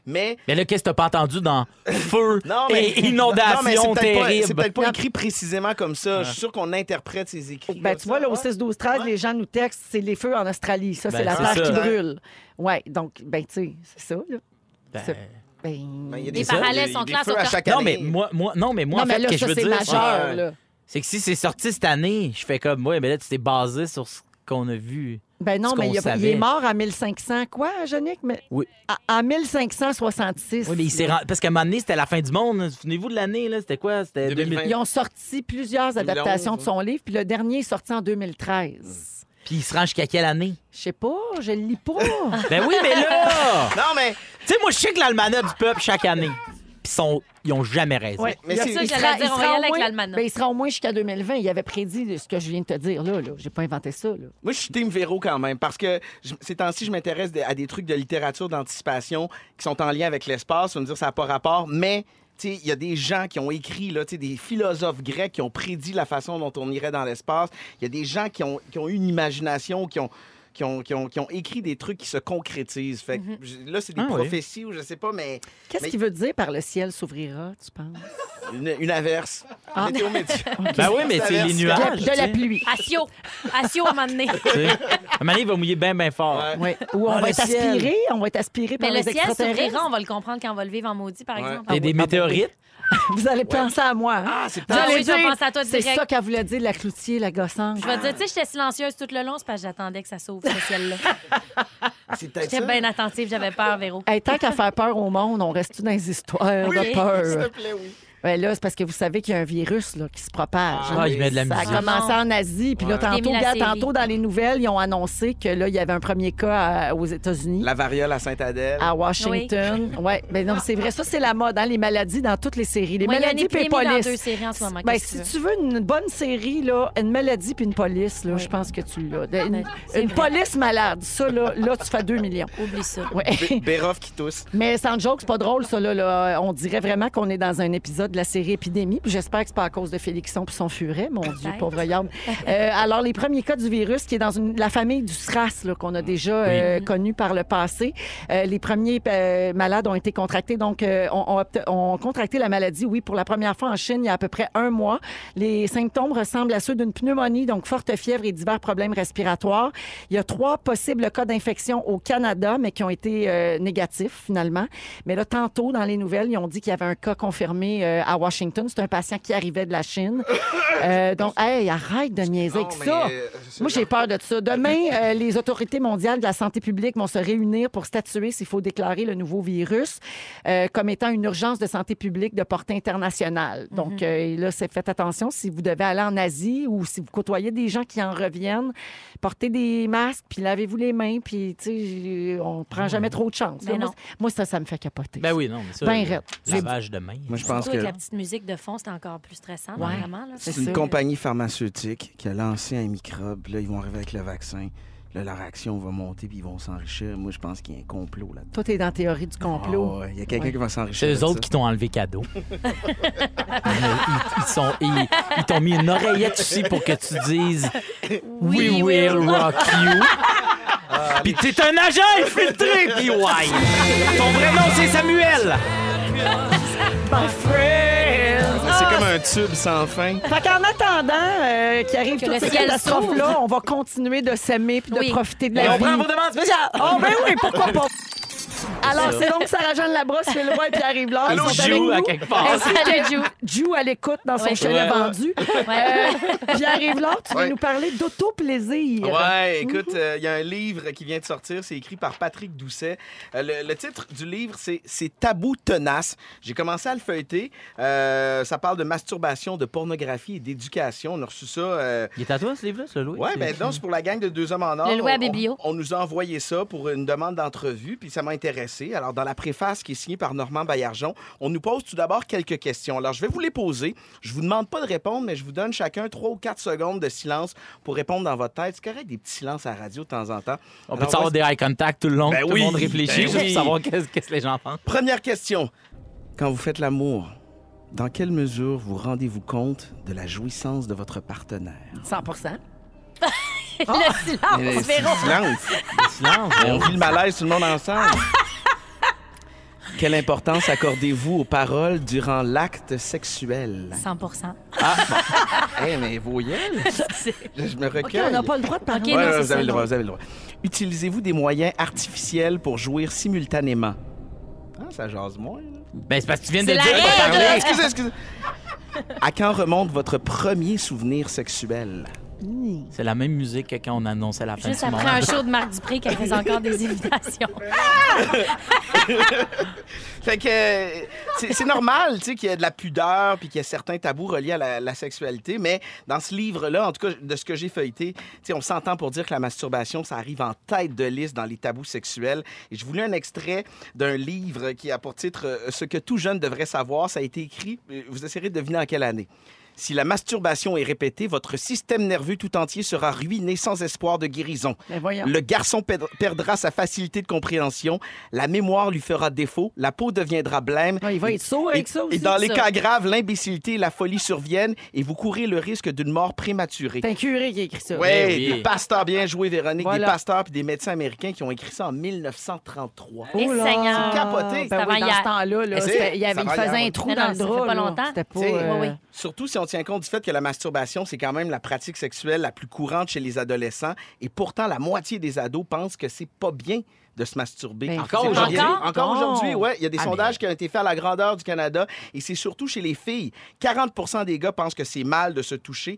mais Mais là, qu'est-ce que t'as pas entendu dans feu Non, mais, et Non, mais inondation c'est peut-être pas- C'est terrible? peut-être pas, écrit précisément comme ça. Je suis sûr qu'on interprète ces écrits. Ben, comme tu ça. vois, là, au Ouais. 6, 12, 13, les gens nous textent, c'est les feux en Australie. Ça, Ben, c'est la c'est terre ça. qui brûle. Ouais, donc, ben, tu sais, c'est ça, là. Ben, C'est- Ben, Ben, il y a Les des- parallèles des- sont des clairs, feux sont à clairs. chaque non, mais année. moi, moi, non, mais moi, non, en mais fait, là, ce que ça, je veux c'est dire, majeur, ouais. là. c'est que si c'est sorti cette année, je fais comme, ouais, mais là, tu t'es basé sur ce qu'on a vu. Ben non, ce mais qu'on il, a- il savait. est mort à 1500, quoi, Yannick? Mais... Oui. À, en 1566. Oui, mais il s'est rend- Parce qu'à un moment donné, c'était la fin du monde. Souvenez-vous de l'année, là? C'était quoi? C'était 2020. 2000. Ils ont sorti plusieurs 2011, adaptations de son livre, puis le dernier est sorti en 2013. Puis il se rend jusqu'à quelle année? Je sais pas, je le lis pas. Ben oui, mais là! Non, mais, tu sais, moi, je sais que l'almanach du peuple, chaque année, ils, sont... ils ont jamais raison. Ouais. mais Il y a c'est- ça que Il j'allais sera- dire, il on va sera y au aller avec moins- l'almanach. ben, il sera au moins jusqu'à 2020. Il avait prédit ce que je viens de te dire, là. là. J'ai pas inventé ça, là. moi, je suis Team Véro quand même, parce que je- ces temps-ci, je m'intéresse de- à des trucs de littérature d'anticipation qui sont en lien avec l'espace. On me dire ça n'a pas rapport, mais. tu sais, Il y a des gens qui ont écrit, là, tu sais, des philosophes grecs qui ont prédit la façon dont on irait dans l'espace. Il y a des gens qui ont, qui ont eu une imagination, qui ont, qui, ont, qui, ont, qui ont écrit des trucs qui se concrétisent. Fait que, je- Là, c'est des Ah oui. prophéties ou je sais pas, mais Qu'est-ce Mais- qu'il veut dire par le ciel s'ouvrira, tu penses? une, une averse. Ah. Météo météo. Ben oui, mais c'est les De De la- nuages. de tu la sais. pluie. Asio. Asio à un moment donné. Tu sais. À un moment donné, il va mouiller bien, bien fort. Ouais. Ouais. Ou on Ah, va le être ciel. aspiré, on va être aspiré par Mais Ben, le les ciel extraterrestres. s'ouvrira, on va le comprendre quand on va le vivre en maudit, par Ouais. exemple. Ah Ah Il y a des météorites. Vous allez penser à moi. hein? Ah, c'est Vous peut-être- Ah allez oui, je vais penser à toi c'est direct. ça qu'elle voulait dire, la cloutier, la gossante. Je vais te dire, tu sais, j'étais silencieuse tout le long, c'est parce que j'attendais que ça s'ouvre. groupe social-là. C'est peut-être ça. J'étais bien attentive, j'avais peur, Véro. Hey, tant qu'à faire peur au monde, on reste dans les histoires Oui. de S'il te peur. plaît, oui. Ouais, là, c'est parce que vous savez qu'il y a un virus là, qui se propage. hein. Ah, Ah, il met de la Ça a musique. comme- commencé en Asie. Puis là, Ouais. tantôt, T'as mis la regarde, série. tantôt, dans les nouvelles, ils ont annoncé que là, il y avait un premier cas à- aux États-Unis. La variole à Sainte-Adèle. À Washington. Ouais, ben non, c'est vrai. Ça, c'est la mode, hein, les maladies dans toutes les séries. Les Moi, il y a une maladies puis les épidémie dans polices. deux séries en ce moment. Ben, qu'est-ce si que tu tu veux une bonne série, là, une maladie puis une police, là, Oui. je pense que tu l'as. De- Une, Ben, c'est une vrai. police malade, ça, là, là, tu fais 2 millions. veux. Oublie ça. Ouais. Bé- Béroff qui tousse. Mais sans joke, c'est pas drôle, ça. Là, là. On dirait vraiment qu'on est dans un épisode de la série Épidémie. Puis j'espère que c'est pas à cause de Félixon puis son furet, mon Dieu, Peut-être. pauvre Yann. Euh, alors, les premiers cas du virus qui est dans une- la famille du SRAS, là, qu'on a déjà euh, connu par le passé. Euh, les premiers euh, malades ont été contractés, donc euh, ont, ont opt- ont contracté la maladie, oui, pour la première fois en Chine il y a à peu près un mois. Les symptômes ressemblent à ceux d'une pneumonie, donc forte fièvre et divers problèmes respiratoires. Il y a trois possibles cas d'infection au Canada, mais qui ont été euh, négatifs finalement. Mais là, tantôt, dans les nouvelles, ils ont dit qu'il y avait un cas confirmé euh, à Washington. C'est un patient qui arrivait de la Chine. Euh, donc, hey, arrête de niaiser avec Non, ça. mais, euh, c'est Moi, j'ai genre- peur de ça. Demain, euh, les autorités mondiales de la santé publique vont se réunir pour statuer s'il faut déclarer le nouveau virus euh, comme étant une urgence de santé publique de portée internationale. Mm-hmm. Donc, euh, là, c'est faites attention si vous devez aller en Asie ou si vous côtoyez des gens qui en reviennent, portez des masques, puis lavez-vous les mains, puis, tu sais, on prend jamais trop de chance. Ben Là, moi, non. c- moi, ça, ça me fait capoter. Ben oui, non, mais ça. Ben, arrête. Lavage de main. Moi, je pense Surtout que avec la petite musique de fond, c'est encore plus stressant, Ouais. vraiment. Là. C'est c'est une ça. compagnie pharmaceutique qui a lancé un microbe. puis Là, ils vont arriver avec le vaccin. Là, leur action va monter puis ils vont s'enrichir. Moi, je pense qu'il y a un complot là-dedans. Toi, t'es dans la théorie du complot. Ah ouais, Il y a quelqu'un Ouais. qui va s'enrichir. C'est de eux ça. autres qui t'ont enlevé cadeau. ils ils sont- ils- ils t'ont mis une oreillette ici pour que tu dises We, will, rock you. Puis t'es un agent infiltré, puis ouais. Ton vrai nom, c'est Samuel. C'est comme un tube sans fin. Fait qu'en attendant euh, qu'il arrive Que toutes le ces ciel catastrophes-là, on va continuer de s'aimer puis de Oui. profiter de Et la on vie. prend vos demandes spéciales. Oh, ben oui, pourquoi pas? Alors, c'est donc Sarah-Jeanne Labrosse, Phil Roy et Pierre-Yves Lard Allô, qui sont Jou, à avec nous. quelque part. Ainsi que Jou à l'écoute dans son Ouais. chalet Ouais. vendu. Ouais. Euh, Pierre-Yves Lard, tu veux Ouais. nous parler d'auto-plaisir. Ouais, écoute, euh, il y a un livre qui vient de sortir, c'est écrit par Patrick Doucet. Euh, le, le titre du livre, c'est C'est tabou tenace. J'ai commencé à le feuilleter. Euh, ça parle de masturbation, de pornographie et d'éducation. On a reçu ça. euh, Il est à toi, ce livre-là, ce Louis? Ouais, ben non, c'est pour la gang de Deux Hommes en Or. Le louer à On- Biblio. On, on nous a envoyé ça pour une demande d'entrevue, puis ça m'a intéressé. Alors, dans la préface qui est signée par Normand Baillargeon, on nous pose tout d'abord quelques questions. Alors, je vais vous les poser. Je vous demande pas de répondre, mais je vous donne chacun trois ou quatre secondes de silence pour répondre dans votre tête. C'est correct des petits silences à la radio de temps en temps. On peut Alors, savoir voici- des eye contact tout le long, Ah, Ben tout oui, le monde réfléchit ben juste oui. pour savoir qu'est-ce qu'est-ce que les gens pensent. Première question. Quand vous faites l'amour, dans quelle mesure vous rendez-vous compte de la jouissance de votre partenaire? 100 Le silence, Mais c'est Véro. le silence. Silence. On vit le malaise tout le monde ensemble. Quelle importance accordez-vous aux paroles durant l'acte sexuel? 100 Eh, mais voyelles! Je, je me OK, recueille. on n'a pas le droit de parler. OK, non, Ouais, c'est vous ça, avez le non. droit, vous avez le droit. Utilisez-vous des moyens artificiels pour jouir simultanément? Ah, ça jase moins, là. Ben, c'est parce que tu viens de C'est dire la qu'on règle. parlait. Ah, excusez, excusez. À quand remonte votre premier souvenir sexuel? C'est la même musique que quand on annonçait la fin Juste du monde. après un show de Marc Dupré qui faisait encore des invitations. Fait que euh, c'est c'est normal, tu sais, qu'il y ait de la pudeur puis qu'il y ait certains tabous reliés à la, la sexualité, mais dans ce livre-là, en tout cas, de ce que j'ai feuilleté, tu sais, on s'entend pour dire que la masturbation, ça arrive en tête de liste dans les tabous sexuels. Et je voulais un extrait d'un livre qui a pour titre euh, Ce que tout jeune devrait savoir. Ça a été écrit, euh, vous essayerez de deviner en quelle année. Si la masturbation est répétée, votre système nerveux tout entier sera ruiné sans espoir de guérison. Mais voyons. Le garçon perd- perdra sa facilité de compréhension, la mémoire lui fera défaut, la peau deviendra blême. Ouais, Ah, il va être sourd Et- avec ça aussi. Et dans les ça. cas graves, l'imbécilité et la folie surviennent et vous courez le risque d'une mort prématurée. C'est un curé qui a écrit ça. Ouais, oui. des pasteurs, bien joué Véronique, Voilà. des pasteurs puis des médecins américains qui ont écrit ça en 1933. Et Oh là, Eh, Seigneur. C'est capoté. Ben Ça oui, va dans hier. ce temps-là, là, Mais c'est- c'était- il y avait- ça il va faisait hier. un trou Mais dans non, le ça fait drap. là. pas longtemps. C'était pas... Tu sais, euh, oui, oui. Surtout si on tient compte du fait que la masturbation, c'est quand même la pratique sexuelle la plus courante chez les adolescents. Et pourtant, la moitié des ados pensent que c'est pas bien de se masturber. Ben, Encore C'est aujourd'hui? Encore, Non. encore aujourd'hui, ouais. Il y a des Ah, mais- sondages qui ont été faits à la grandeur du Canada et c'est surtout chez les filles. 40 des gars pensent que c'est mal de se toucher.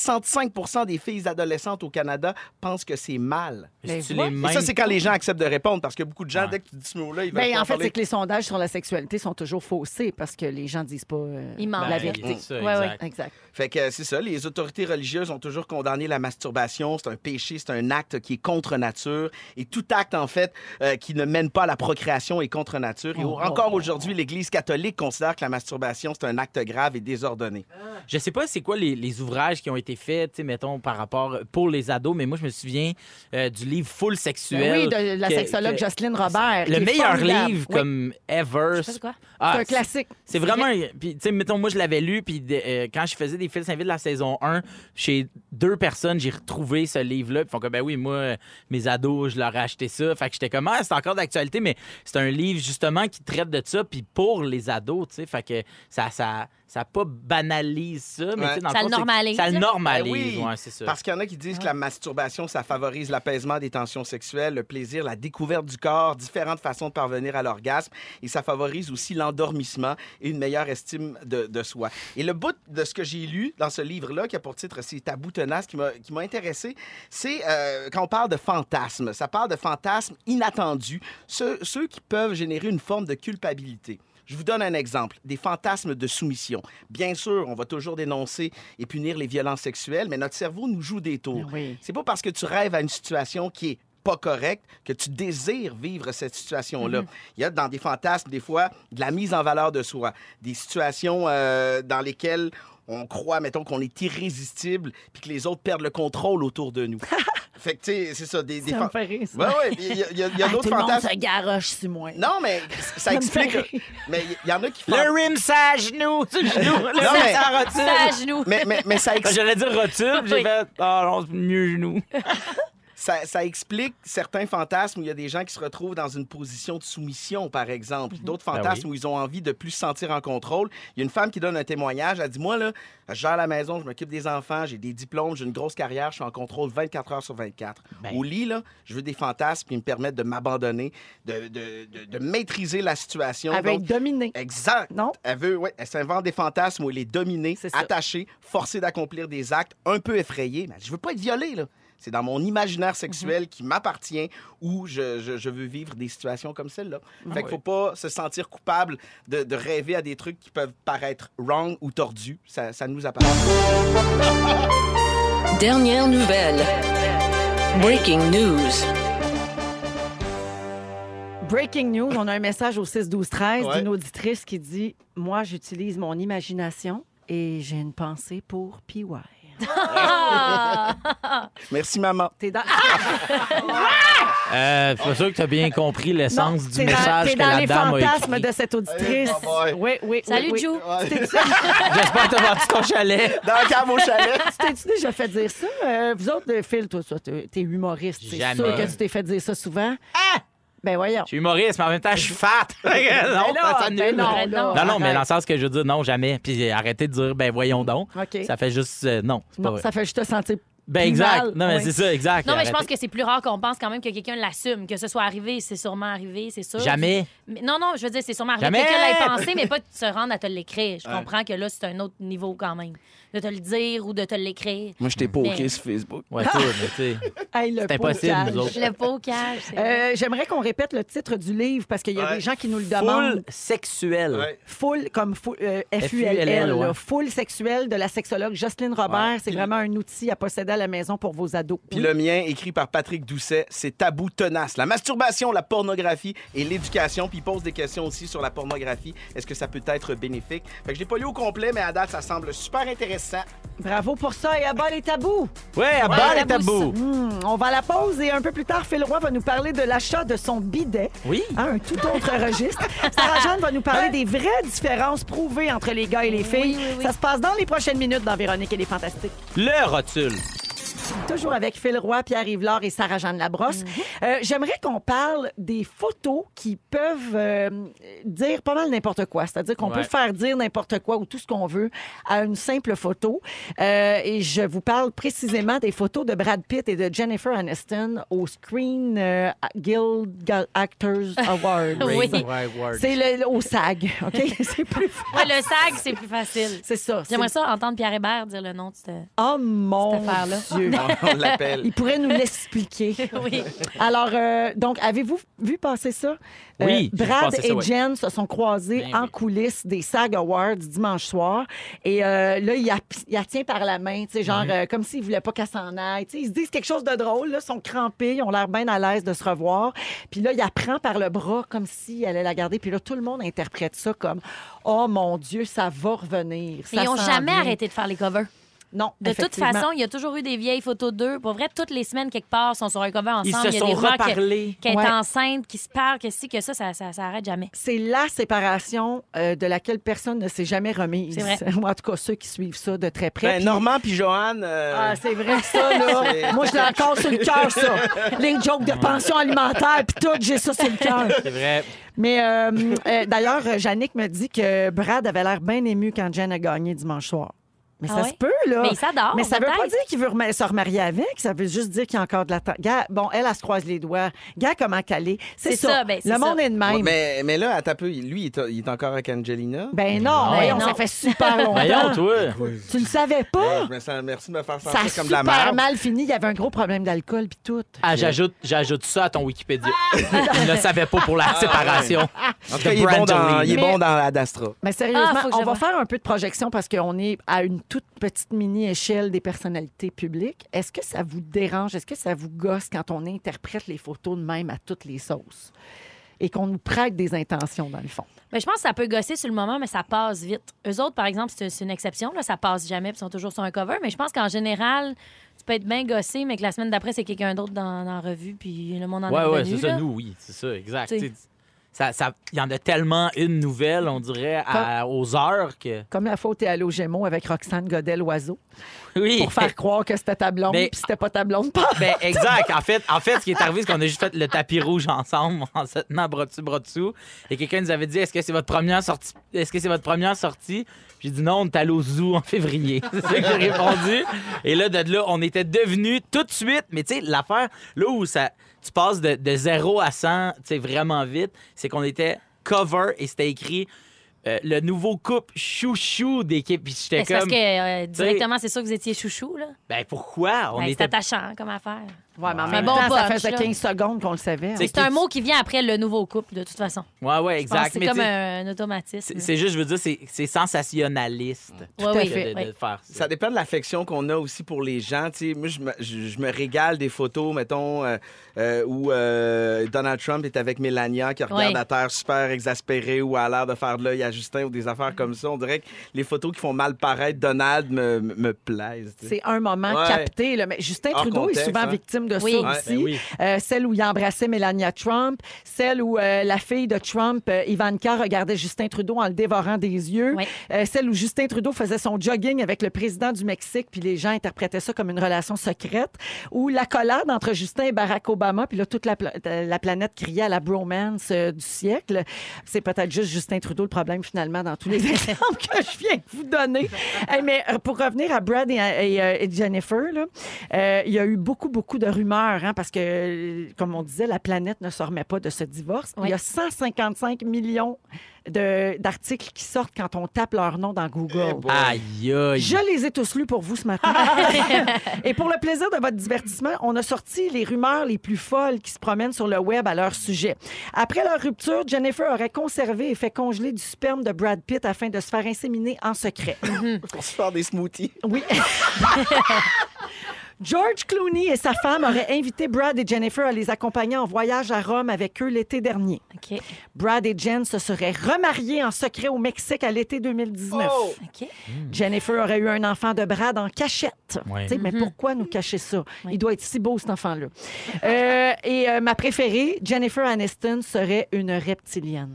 65 des filles adolescentes au Canada pensent que c'est mal. Ben, C'est-tu voilà. les Et mêmes ça, c'est quand les gens acceptent de répondre parce que beaucoup de gens, Ouais. dès que tu dis ce mot-là, ils veulent Ben, pas en fait, parler. c'est que les sondages sur la sexualité sont toujours faussés parce que les gens disent pas euh, Ils mentent. la Ben, vérité. c'est ça, Ouais, ouais. exact. Exact. Fait que euh, c'est ça, les autorités religieuses ont toujours condamné la masturbation, c'est un péché, c'est un acte qui est contre nature et tout acte en fait euh, qui ne mène pas à la procréation est contre nature et au- encore aujourd'hui l'Église catholique considère que la masturbation c'est un acte grave et désordonné. Je sais pas c'est quoi les, les ouvrages qui ont été faits, tu sais, mettons, par rapport pour les ados, mais moi, je me souviens euh, du livre Full Sexuel. Ben oui, de la que- sexologue que- Jocelyne Robert. qui Le est meilleur formidable. livre Oui, comme ever. Je sais pas c'est quoi. Ah, c'est un classique. C'est vraiment. un- Puis, tu sais, mettons, moi, je l'avais lu, puis de- euh, quand je faisais des fils invités de la saison 1, chez deux personnes, j'ai retrouvé ce livre-là. Puis, ils font comme, ben oui, moi, euh, mes ados, je leur ai acheté ça. Fait que j'étais comme, ah, c'est encore d'actualité, mais c'est un livre, justement, qui traite de ça, puis pour les ados, tu sais. Fait que ça, ça, ça pas banalise ça, mais Ouais. tu sais, dans Ça le le fond, c'est- normalise, Ça le là. normalise, Ben oui, ouais, c'est ça. Parce qu'il y en a qui disent que la masturbation, ça favorise l'apaisement des tensions sexuelles, le plaisir, la découverte du corps, différentes façons de parvenir à l'orgasme. Et ça favorise aussi l'endormissement et une meilleure estime de, de soi. Et le bout de ce que j'ai lu dans ce livre-là, qui a pour titre C'est tabou tenace, qui m'a qui m'a intéressé, c'est euh, quand on parle de fantasmes. Ça parle de fantasmes inattendus, ceux, ceux qui peuvent générer une forme de culpabilité. Je vous donne un exemple, des fantasmes de soumission. Bien sûr, on va toujours dénoncer et punir les violences sexuelles, mais notre cerveau nous joue des tours. Ah Oui. C'est pas parce que tu rêves à une situation qui est pas correcte que tu désires vivre cette Mhm. situation-là. Il y a dans des fantasmes, des fois, de la mise en valeur de soi, des situations euh, dans lesquelles on croit, mettons, qu'on est irrésistible puis que les autres perdent le contrôle autour de nous. fait que, tu sais, c'est ça, des, des Ça me fan- fait rire, ça. Ouais, ouais, il y a, il y a- il y a Ah, d'autres tout le monde fantasmes. se garoche sur moi. Non, mais ça me fait explique. rire. Mais il y en a qui font. Le rim, ça à genoux, sur le genou. Le Non, rim, mais- ça à Ça, à rotule. genoux. Mais, mais, mais ça, ex- J'allais dire rotule, puis j'ai Oui. fait, ah non, c'est mieux genou. ça, ça explique certains fantasmes où il y a des gens qui se retrouvent dans une position de soumission, par exemple. D'autres Ben fantasmes oui. où ils ont envie de plus se sentir en contrôle. Il y a une femme qui donne un témoignage. Elle dit Moi, là, je gère la maison, je m'occupe des enfants, j'ai des diplômes, j'ai une grosse carrière, je suis en contrôle 24 heures sur 24. Ben. Au lit, là, je veux des fantasmes qui me permettent de m'abandonner, de, de, de- de maîtriser la situation. Elle va Donc, être dominée. Exact. Non? Elle veut, ouais, elle s'invente des fantasmes où elle est dominée, C'est ça. attachée, forcée d'accomplir des actes un peu effrayés. Mais je veux pas être violée, là. C'est dans mon imaginaire Mhm. sexuel qui m'appartient où je, je- je veux vivre des situations comme celle-là. Ah Fait qu'il faut pas se sentir coupable de, de rêver à des trucs qui peuvent paraître wrong ou tordus. Ça, ça nous appartient. Dernière nouvelle. Breaking news. Breaking news, on a un message au 6-12-13 Ouais. d'une auditrice qui dit Moi, j'utilise mon imagination et j'ai une pensée pour PY. Ah! Merci, maman. T'es dans, Ah! Euh, c'est pas sûr que tu as bien compris Non, l'essence du t'es dans- message t'es que dans la les dame a fantasmes écrit. de cette auditrice. Allez, bye-bye. Oui, oui. Salut, oui, oui. Joe. J'espère que t'as vendu ton chalet. Dans le cave au chalet. Tu t'es-tu déjà fait dire ça? Euh, vous autres, euh, Phil, toi, toi, t'es t'es humoriste. C'est Jamais. sûr que tu t'es fait dire ça souvent. Ben voyons. Je suis humoriste, mais en même temps, je suis fat. non, là, ça ben nul. non, non, Ben non. là, non, mais arrête. dans le sens que je veux dire non, jamais. Puis euh, arrêtez de dire, ben voyons donc. OK. Ça fait juste. euh, non, c'est pas Non, vrai. ça fait juste te sentir. Ben plus exact. mal, Non, mais oui. c'est ça, exact. Non, mais je pense Arrêtez. que c'est plus rare qu'on pense quand même que quelqu'un l'assume. Que ce soit arrivé, c'est sûrement arrivé, c'est sûr. Jamais. Mais- non, non, je veux dire, c'est sûrement arrivé. Jamais! Quelqu'un l'ait pensé, mais pas de se rendre à te l'écrire. Je comprends que là, c'est un autre niveau quand même. De te le dire ou de te l'écrire. Moi, je t'ai pas Mais- sur Facebook. Ouais, tout, mais tu sais. Hey, le C'est impossible, potage. nous autres. Le poker, c'est. Euh, J'aimerais qu'on répète le titre du livre parce qu'il y a Ouais. des gens qui nous le demandent. Full sexuel. Ouais. Full comme full, euh, F-U-L-L, F-U-L-L, là. ouais. full sexuel de la sexologue Jocelyne Robert. C'est vraiment un outil à posséder à la maison pour vos ados. Puis le mien, écrit par Patrick Doucet, c'est tabou tenace. La masturbation, la pornographie et l'éducation. Puis il pose des questions aussi sur la pornographie. Est-ce que ça peut être bénéfique? Fait que je l'ai pas lu au complet, mais à date, ça semble super intéressant. Bravo pour ça et à bas les tabous. Ouais, à bas les tabous. tabous. Hum, on va à la pause et un peu plus tard, Phil Roy va nous parler de l'achat de son bidet. Oui. Hein, un tout autre registre. Sarah Jeanne va nous parler des vraies différences prouvées entre les gars et les filles. oui, oui. Ça se passe dans les prochaines minutes dans Véronique et les Fantastiques. Le rotule. Toujours avec Phil Roy, Pierre Yvelard et Sarah-Jeanne Mhm. Labrosse. Euh, J'aimerais qu'on parle des photos qui peuvent euh, dire pas mal n'importe quoi. C'est-à-dire qu'on Ouais. peut faire dire n'importe quoi ou tout ce qu'on veut à une simple photo. Euh, et je vous parle précisément des photos de Brad Pitt et de Jennifer Aniston au Screen euh, Guild Gal- Actors Award. Oui. Raise the right word. C'est le, au SAG, OK? C'est plus Ouais, le SAG, c'est plus facile. C'est ça. c'est- J'aimerais ça entendre Pierre Hébert dire le nom de ce- Oh mon cette affaire-là. Dieu! On l'appelle. Il pourrait nous l'expliquer. Oui. Alors, euh, donc, avez-vous vu passer ça? Euh, Oui, j'ai vu Brad passer ça, et oui. Jen se sont croisés Ben en oui. coulisses des SAG Awards dimanche soir. Et euh, là, il la, il la tient par la main, tu sais, genre, euh, comme s'il voulait pas qu'elle s'en aille. Tu sais, ils se disent quelque chose de drôle, là, ils sont crampés, ils ont l'air bien à l'aise de se revoir. Puis là, il la prend par le bras comme s'il allait la garder. Puis là, tout le monde interprète ça comme Oh mon Dieu, ça va revenir. Mais ça ils n'ont s'en jamais vient. arrêté de faire les covers. Non, De toute effectivement. façon, il y a toujours eu des vieilles photos d'eux. Pour vrai, toutes les semaines, quelque part, ils sont sur un cover ensemble. Ils se il y a sont des gens qui- reparlés. Qui est Ouais. enceinte, qui se parle, que si, que ça, ça, ça, ça arrête jamais. C'est la séparation euh, de laquelle personne ne s'est jamais remise. C'est vrai. Ou en tout cas, ceux qui suivent ça de très près. Ben, Puis- Normand puis Johan. euh, Ah, c'est vrai, ça, là. Moi, je l'ai encore sur le cœur, ça. Les jokes de pension alimentaire, puis tout, j'ai ça sur le cœur. C'est vrai. Mais euh, euh, d'ailleurs, euh, Yannick me dit que Brad avait l'air bien ému quand Jen a gagné dimanche soir. Mais Ah ça ouais? se peut, là. Mais il s'adore. Mais ça veut pas peut-être. dire qu'il veut remar- se remarier avec, ça veut juste dire qu'il y a encore de la... temps. Gars, bon, elle, elle, se croise les doigts. Gars, comment caler? C'est C'est ça. ça, ben, c'est le monde ça. est de ouais, même. mais, mais là, à taper, lui, il est, il est encore avec Angelina. Ben non, Ben voyons, non. ça fait super Voyons, longtemps. toi. tu le savais Ouais, pas? je me sens- merci de me faire Ah! Ça a sentir comme de la super merde. mal fini. Il y avait un gros problème d'alcool puis tout. Ah, j'ajoute, j'ajoute ça à ton Wikipédia. Je ne le savais pas pour la séparation. Ah, En tout cas, il est, bon dans, il est Mais- bon dans la Dastra. Mais sérieusement, Ah, faut que on je va vois. faire un peu de projection parce qu'on est à une toute petite mini-échelle des personnalités publiques. Est-ce que ça vous dérange? Est-ce que ça vous gosse quand on interprète les photos de même à toutes les sauces? Et qu'on nous prête des intentions, dans le fond. Ben, je pense que ça peut gosser sur le moment, mais ça passe vite. Eux autres, par exemple, c'est c'est une exception. Là, ça passe jamais, puis ils sont toujours sur un cover. Mais je pense qu'en général, tu peux être bien gossé, mais que la semaine d'après, c'est quelqu'un d'autre dans, dans la revue, puis le monde en est Ouais, ouais, revenu, c'est ça, là. nous, oui, c'est ça, exact. Tu sais. Tu sais, ça- ça- Il y en a tellement une nouvelle, on dirait, à- aux heures que. Comme la faute est allée aux Gémeaux avec Roxane Godel-Oiseau Oui. pour faire croire que c'était ta blonde, Mais- puis c'était pas ta blonde. pas. Ben, exact. En fait, en fait, ce qui est arrivé, c'est qu'on a juste fait le tapis rouge ensemble en se tenant bras dessus, bras dessous. Et quelqu'un nous avait dit Est-ce que c'est votre première sortie Est-ce que c'est votre première sortie Puis J'ai dit Non, on est allé au zoo en février. C'est ça que j'ai répondu. Et là, de là, on était devenus tout de suite. Mais tu sais, l'affaire, là où ça, tu passes de, de 0 à 100, tu sais, vraiment vite, c'est qu'on était cover et c'était écrit. euh, le nouveau couple chouchou d'équipe. Puis j'étais Ben, C'est comme. parce que euh, directement, c'est sûr que vous étiez chouchou, là. Ben pourquoi? On Ben, C'est était attachant hein, comme affaire. Ouais, mais en Ouais. même Un bon temps, ça punch, faisait là. 15 secondes qu'on le savait. hein. C'est C'est un mot qui vient après le nouveau couple, de toute façon. Ouais, ouais, Je pense que exact. C'est Mais comme tu sais- un, un automatisme. C'est c'est juste, je veux dire, c'est c'est sensationnaliste Mm. Ouais, à oui, de, fait, de- de oui. faire ça. Ça dépend de l'affection qu'on a aussi pour les gens. Tu sais, moi, je me, je- je me régale des photos, mettons, euh, euh, où euh, Donald Trump est avec Melania qui regarde Ouais. à terre super exaspérée ou à l'air de faire de l'œil à Justin ou des affaires comme ça. On dirait que les photos qui font mal paraître Donald me, me- me plaisent. tu sais. C'est un moment Ouais. capté. là. Mais Justin Hors Trudeau est contexte, souvent hein. victime de Oui. ça Ouais, ben aussi. oui. Euh, celle où il embrassait Melania Trump, celle où euh, la fille de Trump, euh, Ivanka, regardait Justin Trudeau en le dévorant des yeux, Oui. Euh, celle où Justin Trudeau faisait son jogging avec le président du Mexique, puis les gens interprétaient ça comme une relation secrète, ou la collade entre Justin et Barack Obama, puis là, toute la, pla- euh, la planète criait à la bromance euh, du siècle. C'est peut-être juste Justin Trudeau le problème, finalement, dans tous les exemples que je viens de vous donner. Hey, mais euh, pour revenir à Brad et, à- et, euh, et Jennifer, là, euh, il y a eu beaucoup, beaucoup de rumeurs, hein, parce que, euh, comme on disait, la planète ne se remet pas de ce divorce. Oui. Il y a 155 millions de- d'articles qui sortent quand on tape leur nom dans Google. Aïe, aïe. Je les ai tous lus pour vous ce matin. Et pour le plaisir de votre divertissement, on a sorti les rumeurs les plus folles qui se promènent sur le web à leur sujet. Après leur rupture, Jennifer aurait conservé et fait congeler du sperme de Brad Pitt afin de se faire inséminer en secret. Pour se faire des smoothies. Oui. George Clooney et sa femme auraient invité Brad et Jennifer à les accompagner en voyage à Rome avec eux l'été dernier. OK. Brad et Jen se seraient remariés en secret au Mexique à l'été 2019. Oh! OK. Jennifer aurait eu un enfant de Brad en cachette. Ouais. Tu sais, Mais pourquoi nous cacher ça? Il doit être si beau, cet enfant-là. Euh, et euh, ma préférée, Jennifer Aniston serait une reptilienne.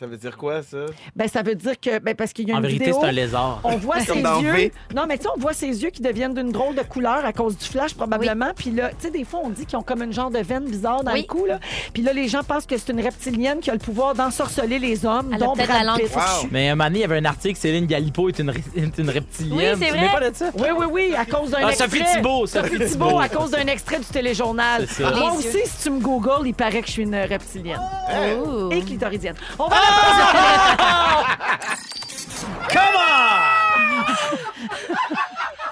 Ça veut dire quoi, ça? Ben, ça veut dire que. Ben, parce qu'il y a En une vérité, vidéo. c'est un lézard. On voit ses Comme dans yeux. V. Non, mais tu sais, on voit ses yeux qui deviennent d'une drôle de couleur à cause du flash, probablement. Puis là, tu sais, des fois, on dit qu'ils ont comme une genre de veine bizarre dans Oui. le cou, là. Puis là, les gens pensent que c'est une reptilienne qui a le pouvoir d'ensorceler les hommes, Elle a dont peut-être la Brad langue Pitt. Wow! Mais un moment donné, il y avait un article Céline Galipo est une, ré- est une reptilienne. Oui, c'est Tu vrai. n'es pas de ça? Oui, oui, oui, à cause d'un Ah, extrait. Sophie Thibault, Sophie Sophie Thibault. Thibault, à cause d'un extrait du téléjournal. C'est ça. Moi Les aussi, si tu me googles, il paraît que je suis une reptilienne. Ouh. Et clitoridienne. On va à Ah! la pause.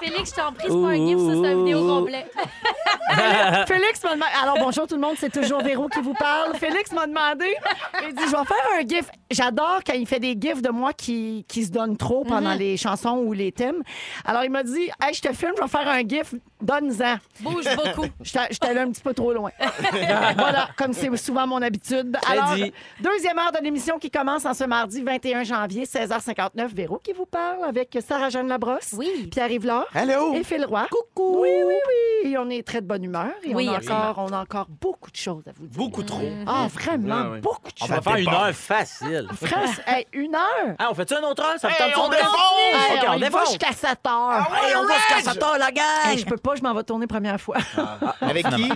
Félix, je t'en prie, c'est pas un gif, ça, c'est une vidéo complète. Félix m'a demandé. Alors bonjour tout le monde, c'est toujours Véro qui vous parle. Félix m'a demandé. Il dit Je vais faire un gif. J'adore quand il fait des gifs de moi qui, qui se donnent trop pendant les chansons ou les thèmes. Alors il m'a dit Hey, je te filme, je vais faire un gif, donne-en. Bouge beaucoup. J'étais j'étais allée un petit peu trop loin. voilà, comme c'est souvent mon habitude. Alors, dit. deuxième heure de l'émission qui commence en ce mardi 21 janvier, 16h59. Véro qui vous parle avec Sarah-Jeanne Labrosse. Oui. Pierre-Yves Laure. Allô? Et Phil Roy. Coucou. Oui, oui, oui. Et on est très de bonne humeur. Et Oui, on, a absolument. encore, on a encore beaucoup de choses à vous dire. Beaucoup trop. Ah, vraiment, Ah, oui. beaucoup de On choses. va faire une heure facile. France, hey, une heure. Ah, on fait-tu une autre heure? Ça me Hey, tente on défonce! Ah, Hey, OK, on on y va défonce! jusqu'à 7 heures. Hey, on va se casser tord, la Hey, gang! je peux pas, je m'en vais tourner première fois. Ah, Avec qui?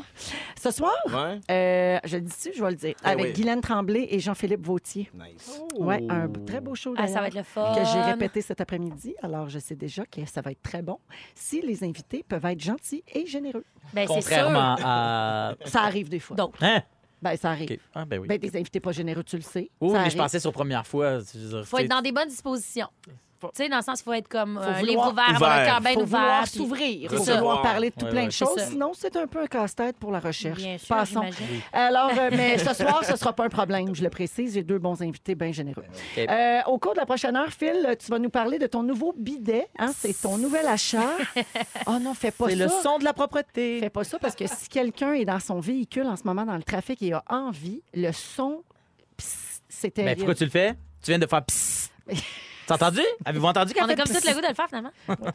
Ce soir, Ouais. euh, je le dis-tu, je vais le dire, Eh avec oui. Guylaine Tremblay et Jean-Philippe Vautier. Nice. Ouais, un b- très beau show Ah, ça d'ailleurs, va être le fun. que j'ai répété cet après-midi. Alors, je sais déjà que ça va être très bon si les invités peuvent être gentils et généreux. Ben, c'est sûr. Contrairement à. Ça arrive des fois. Donc. Hein? Ben, ça arrive. OK. Ah, ben oui. Ben, des invités pas généreux, tu le sais. Oui, Ça mais je arrive. pensais sur première fois. je veux dire, Faut tu sais, être dans des bonnes dispositions. Tu sais, dans le sens, faut être comme euh, vouloir- livre ouvert, avoir le Ouvert. cœur bien faut ouvert. vouloir Ben, puis- s'ouvrir, faut C'est ça. vouloir parler de tout Ouais, plein ouais. de C'est choses. ça. Sinon, c'est un peu un casse-tête pour la recherche. Bien sûr, Passons. j'imagine. Alors, euh, mais ce soir, ce sera pas un problème, je le précise. J'ai deux bons invités bien généreux. Ben, OK. Euh, au cours de la prochaine heure, Phil, tu vas nous parler de ton nouveau bidet. hein, c'est ton nouvel achat. oh non, fais pas C'est ça. le son de la propreté. Fais pas ça parce que si quelqu'un est dans son véhicule en ce moment dans le trafic et a envie, le son, pss, c'est Mais terrible. Ben, pourquoi tu le fais? Tu viens de faire psst. T'as entendu? Avez-vous entendu qu'elle On a fait comme psst? tout le goût de le faire, finalement.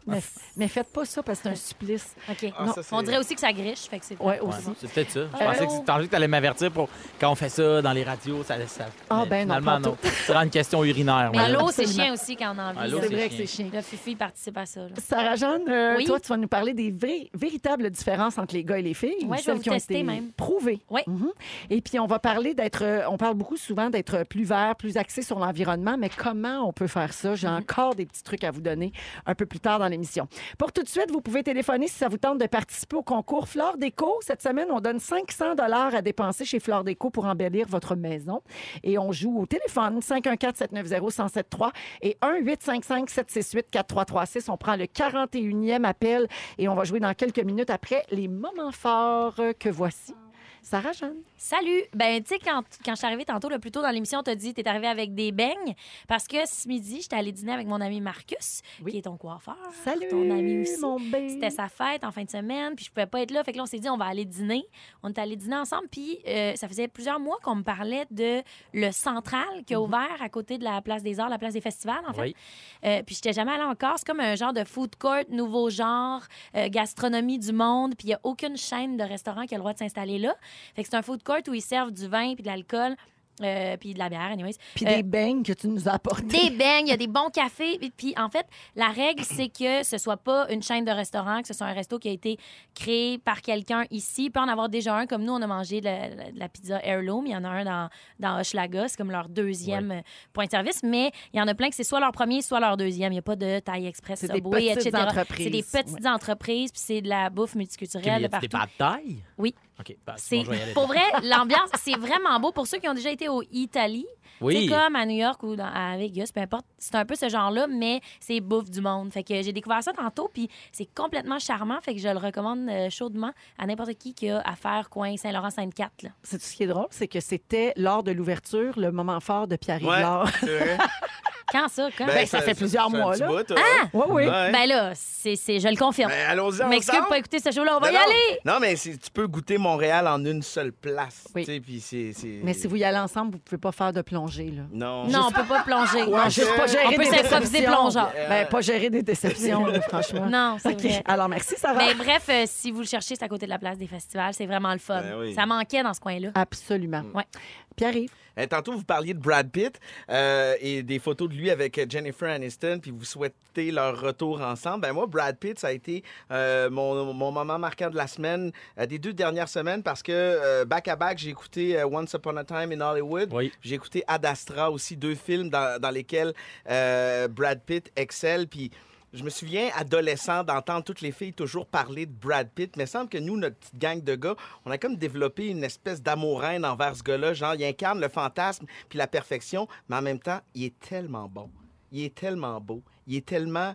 mais, mais faites pas ça parce que c'est un supplice. OK. Ah, Non, ça, c'est- On dirait aussi que ça griche, fait que c'est... Ouais, Ouais, aussi. C'est peut-être ça. Je Allô? pensais que tu allais m'avertir pour quand on fait ça dans les radios, ça. ça Ah, mais ben non, finalement, pas tout. C'est vraiment une question urinaire. Mais ouais. l'eau, c'est absolument. chien aussi quand on a Ah, envie. l'eau, là. C'est vrai que chien. c'est chiant. Le Fifi participe à ça. là. Sarah-Jeanne, euh, Oui. toi, tu vas nous parler des vraies, véritables différences entre les gars et les filles. Ouais, je vais celles vous qui ont tester été même. prouvées. Oui. Mhm. Et puis, on va parler d'être... euh, on parle beaucoup souvent d'être plus vert, plus axé sur l'environnement, mais comment on peut faire ça? J'ai encore des petits trucs à vous donner un peu plus tard dans l'émission. Pour tout de suite, vous pouvez téléphoner si ça vous tente de participer au concours Flore Déco. Cette semaine, on donne 500 dollars à dépenser chez Flore Déco pour embellir votre maison. Et on joue au téléphone 514-790-1073 et 1-855-768-4336. On prend le 41e appel et on va jouer dans quelques minutes après les moments forts que voici. Sarah Jeanne. Salut! Ben, tu sais, quand, quand je suis arrivée tantôt, le plus tôt dans l'émission, t'as dit t'es arrivée avec des beignes parce que ce midi, j'étais allée dîner avec mon ami Marcus, Oui. qui est ton coiffeur. Salut, Ton ami aussi. mon bébé. C'était sa fête en fin de semaine, puis je pouvais pas être là. Fait que là, on s'est dit, on va aller dîner. On est allé dîner ensemble, puis euh, ça faisait plusieurs mois qu'on me parlait de le central Mhm. qui a ouvert à côté de la place des arts, la place des festivals, en fait. Oui. Euh, puis j'étais jamais allée encore. C'est comme un genre de food court, nouveau genre, euh, gastronomie du monde. Puis il n'y a aucune chaîne de restaurant qui a le droit de s'installer là. Fait que c'est un food court où ils servent du vin puis de l'alcool. euh, puis de la bière, anyways. Puis Euh, des beignes que tu nous as apportées. Des beignes, il y a des bons cafés. Et Puis en fait, la règle, c'est que ce soit pas une chaîne de restaurant, que ce soit un resto qui a été créé par quelqu'un ici. Il peut en avoir déjà un, comme nous, on a mangé de la, de la pizza Heirloom. Il y en a un dans, dans Hochelaga, c'est comme leur deuxième euh, point de service. Mais il y en a plein que c'est soit leur premier, soit leur deuxième. Il n'y a pas de taille express, C'est des Subway, petites etc. entreprises. C'est des petites entreprises, puis c'est de la bouffe multiculturelle T'es de pas partout. de taille? Oui. OK. bah, c'est C'est bon, je vais y aller. pour vrai, l'ambiance, c'est vraiment beau. Pour ceux qui ont déjà été au Italie, c'est Oui. comme à New York ou dans- à Vegas, peu importe. C'est un peu ce genre-là, mais c'est bouffe du monde. Fait que j'ai découvert ça tantôt, puis c'est complètement charmant. Fait que je le recommande euh, chaudement à n'importe qui qui a affaire coin Saint-Laurent-Sainte-Cat. là. C'est tout ce qui est drôle, c'est que c'était lors de l'ouverture, le moment fort de Pierre-Yves Ouais, Laure. c'est vrai. Quand ça? Quand? Ben, ça fait plusieurs c'est un mois, petit là. bout, hein? Oui, oui. Ouais. Ben là, c'est, c'est- je le confirme. Ben, allons-y Je M'excuse de ensemble. pas écouter ce show-là. On va Non, y non. aller! Non, mais c'est- tu peux goûter Montréal en une seule place. Oui. tu sais, puis c'est- c'est- Mais si vous y allez ensemble, vous pouvez pas faire de plongée, là. Non. Non, on peut pas plonger. Ouais, Non, juste pas gérer On peut des s'improviser déceptions. plongeur. Ben, pas gérer des déceptions, là, franchement. Non, c'est OK. vrai. Alors, merci, Sarah. Mais bref, euh, si vous le cherchez, c'est à côté de la place des festivals. C'est vraiment le fun. Ben oui. Ça manquait dans ce coin-là. Absolument. Ouais. Pierre-Yves, Euh, tantôt, vous parliez de Brad Pitt euh, et des photos de lui avec euh, Jennifer Aniston, puis vous souhaitez leur retour ensemble. Ben moi, Brad Pitt, ça a été euh, mon, mon moment marquant de la semaine, euh, des deux dernières semaines, parce que euh, back à back, j'ai écouté euh, Once Upon a Time in Hollywood. Oui. J'ai écouté Ad Astra aussi, deux films dans, dans lesquels euh, Brad Pitt excelle, puis. Je me souviens, adolescent, d'entendre toutes les filles toujours parler de Brad Pitt. Mais il semble que nous, notre petite gang de gars, on a comme développé une espèce d'amour-haine envers ce gars-là. Genre, il incarne le fantasme puis la perfection, mais en même temps, il est tellement bon. Il est tellement beau. Il est tellement.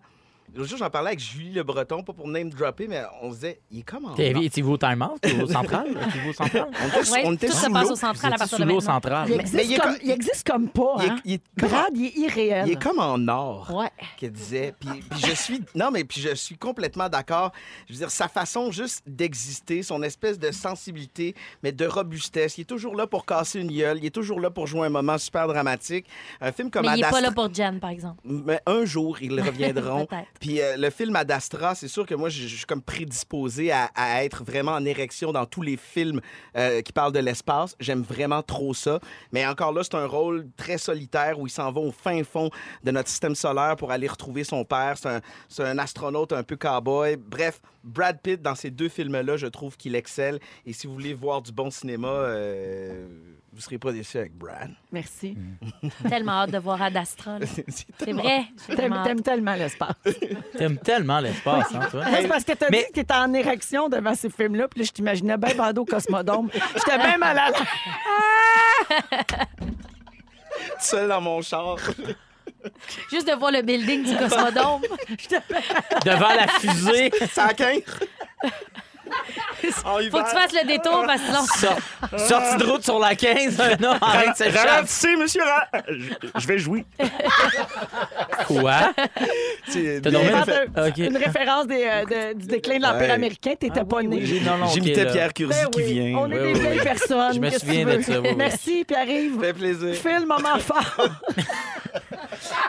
L'autre jour, j'en parlais avec Julie Le Breton, pas pour name dropper, mais on se disait, il est comme en T'es- Étiez-vous au time-out ou au central? Étiez-vous au central? On était, Ouais, on était tout se sous passe l'eau. au central à Vous étiez partir sous de l'eau maintenant. central. il Mais- existe, mais il est comme, comme- il existe comme pas, Il est- hein? il est comme- Brad, il est irréel. Il est comme en or. Ouais. qu'elle disait. Puis, puis je suis non mais puis je suis complètement d'accord. Je veux dire sa façon juste d'exister, son espèce de sensibilité, mais de robustesse. Il est toujours là pour casser une gueule. Il est toujours là pour jouer un moment super dramatique. Un film comme Mais il est Ad pas là Astra- pour Jan, par exemple. mais un jour, ils reviendront. Peut-être. Puis euh, le film Ad Astra, c'est sûr que moi, je je suis comme prédisposé à, à être vraiment en érection dans tous les films euh, qui parlent de l'espace. J'aime vraiment trop ça. Mais encore là, c'est un rôle très solitaire où il s'en va au fin fond de notre système solaire pour aller retrouver son père. C'est un, c'est un astronaute un peu cowboy. Bref, Brad Pitt, dans ces deux films-là, je trouve qu'il excelle. Et si vous voulez voir du bon cinéma, euh, vous serez pas déçus avec Brad. Merci. Mm. Tellement hâte de voir Ad Astra. là. C'est C'est vrai. T'aimes j'ai tellement hâte. t'aimes tellement l'espace. T'aimes tellement l'espace, hein, toi? C'est parce que t'as Mais- dit que t'étais en érection devant ces films-là, puis là, je t'imaginais bien bandeau au Cosmodome. J'étais bien mal à l'aise. seul dans mon char. Juste de voir le building du Cosmodome. Devant la fusée, Ça quinze. En Faut que hiver. tu fasses le détour parce que sinon. sort- sortie de route sur la 15, un homme arrête de s'échapper. Ralentissez, monsieur. Ra- Euh, Je je vais jouer. Quoi? Tu- T'as dormi? bien Quand fait. t'as Ok. Ah Une référence des, euh, de- du déclin de l'Empire Ouais. américain, t'étais pas né. Non, non, ok, J'imitais là. Pierre Curzi Ben qui oui, vient. On est des Oui, oui, belles oui. personnes. Je me qu'est-ce que souviens tu de veux? ça, oui, oui. Merci, Pierre-Yves. Fait plaisir. Fais moment fort.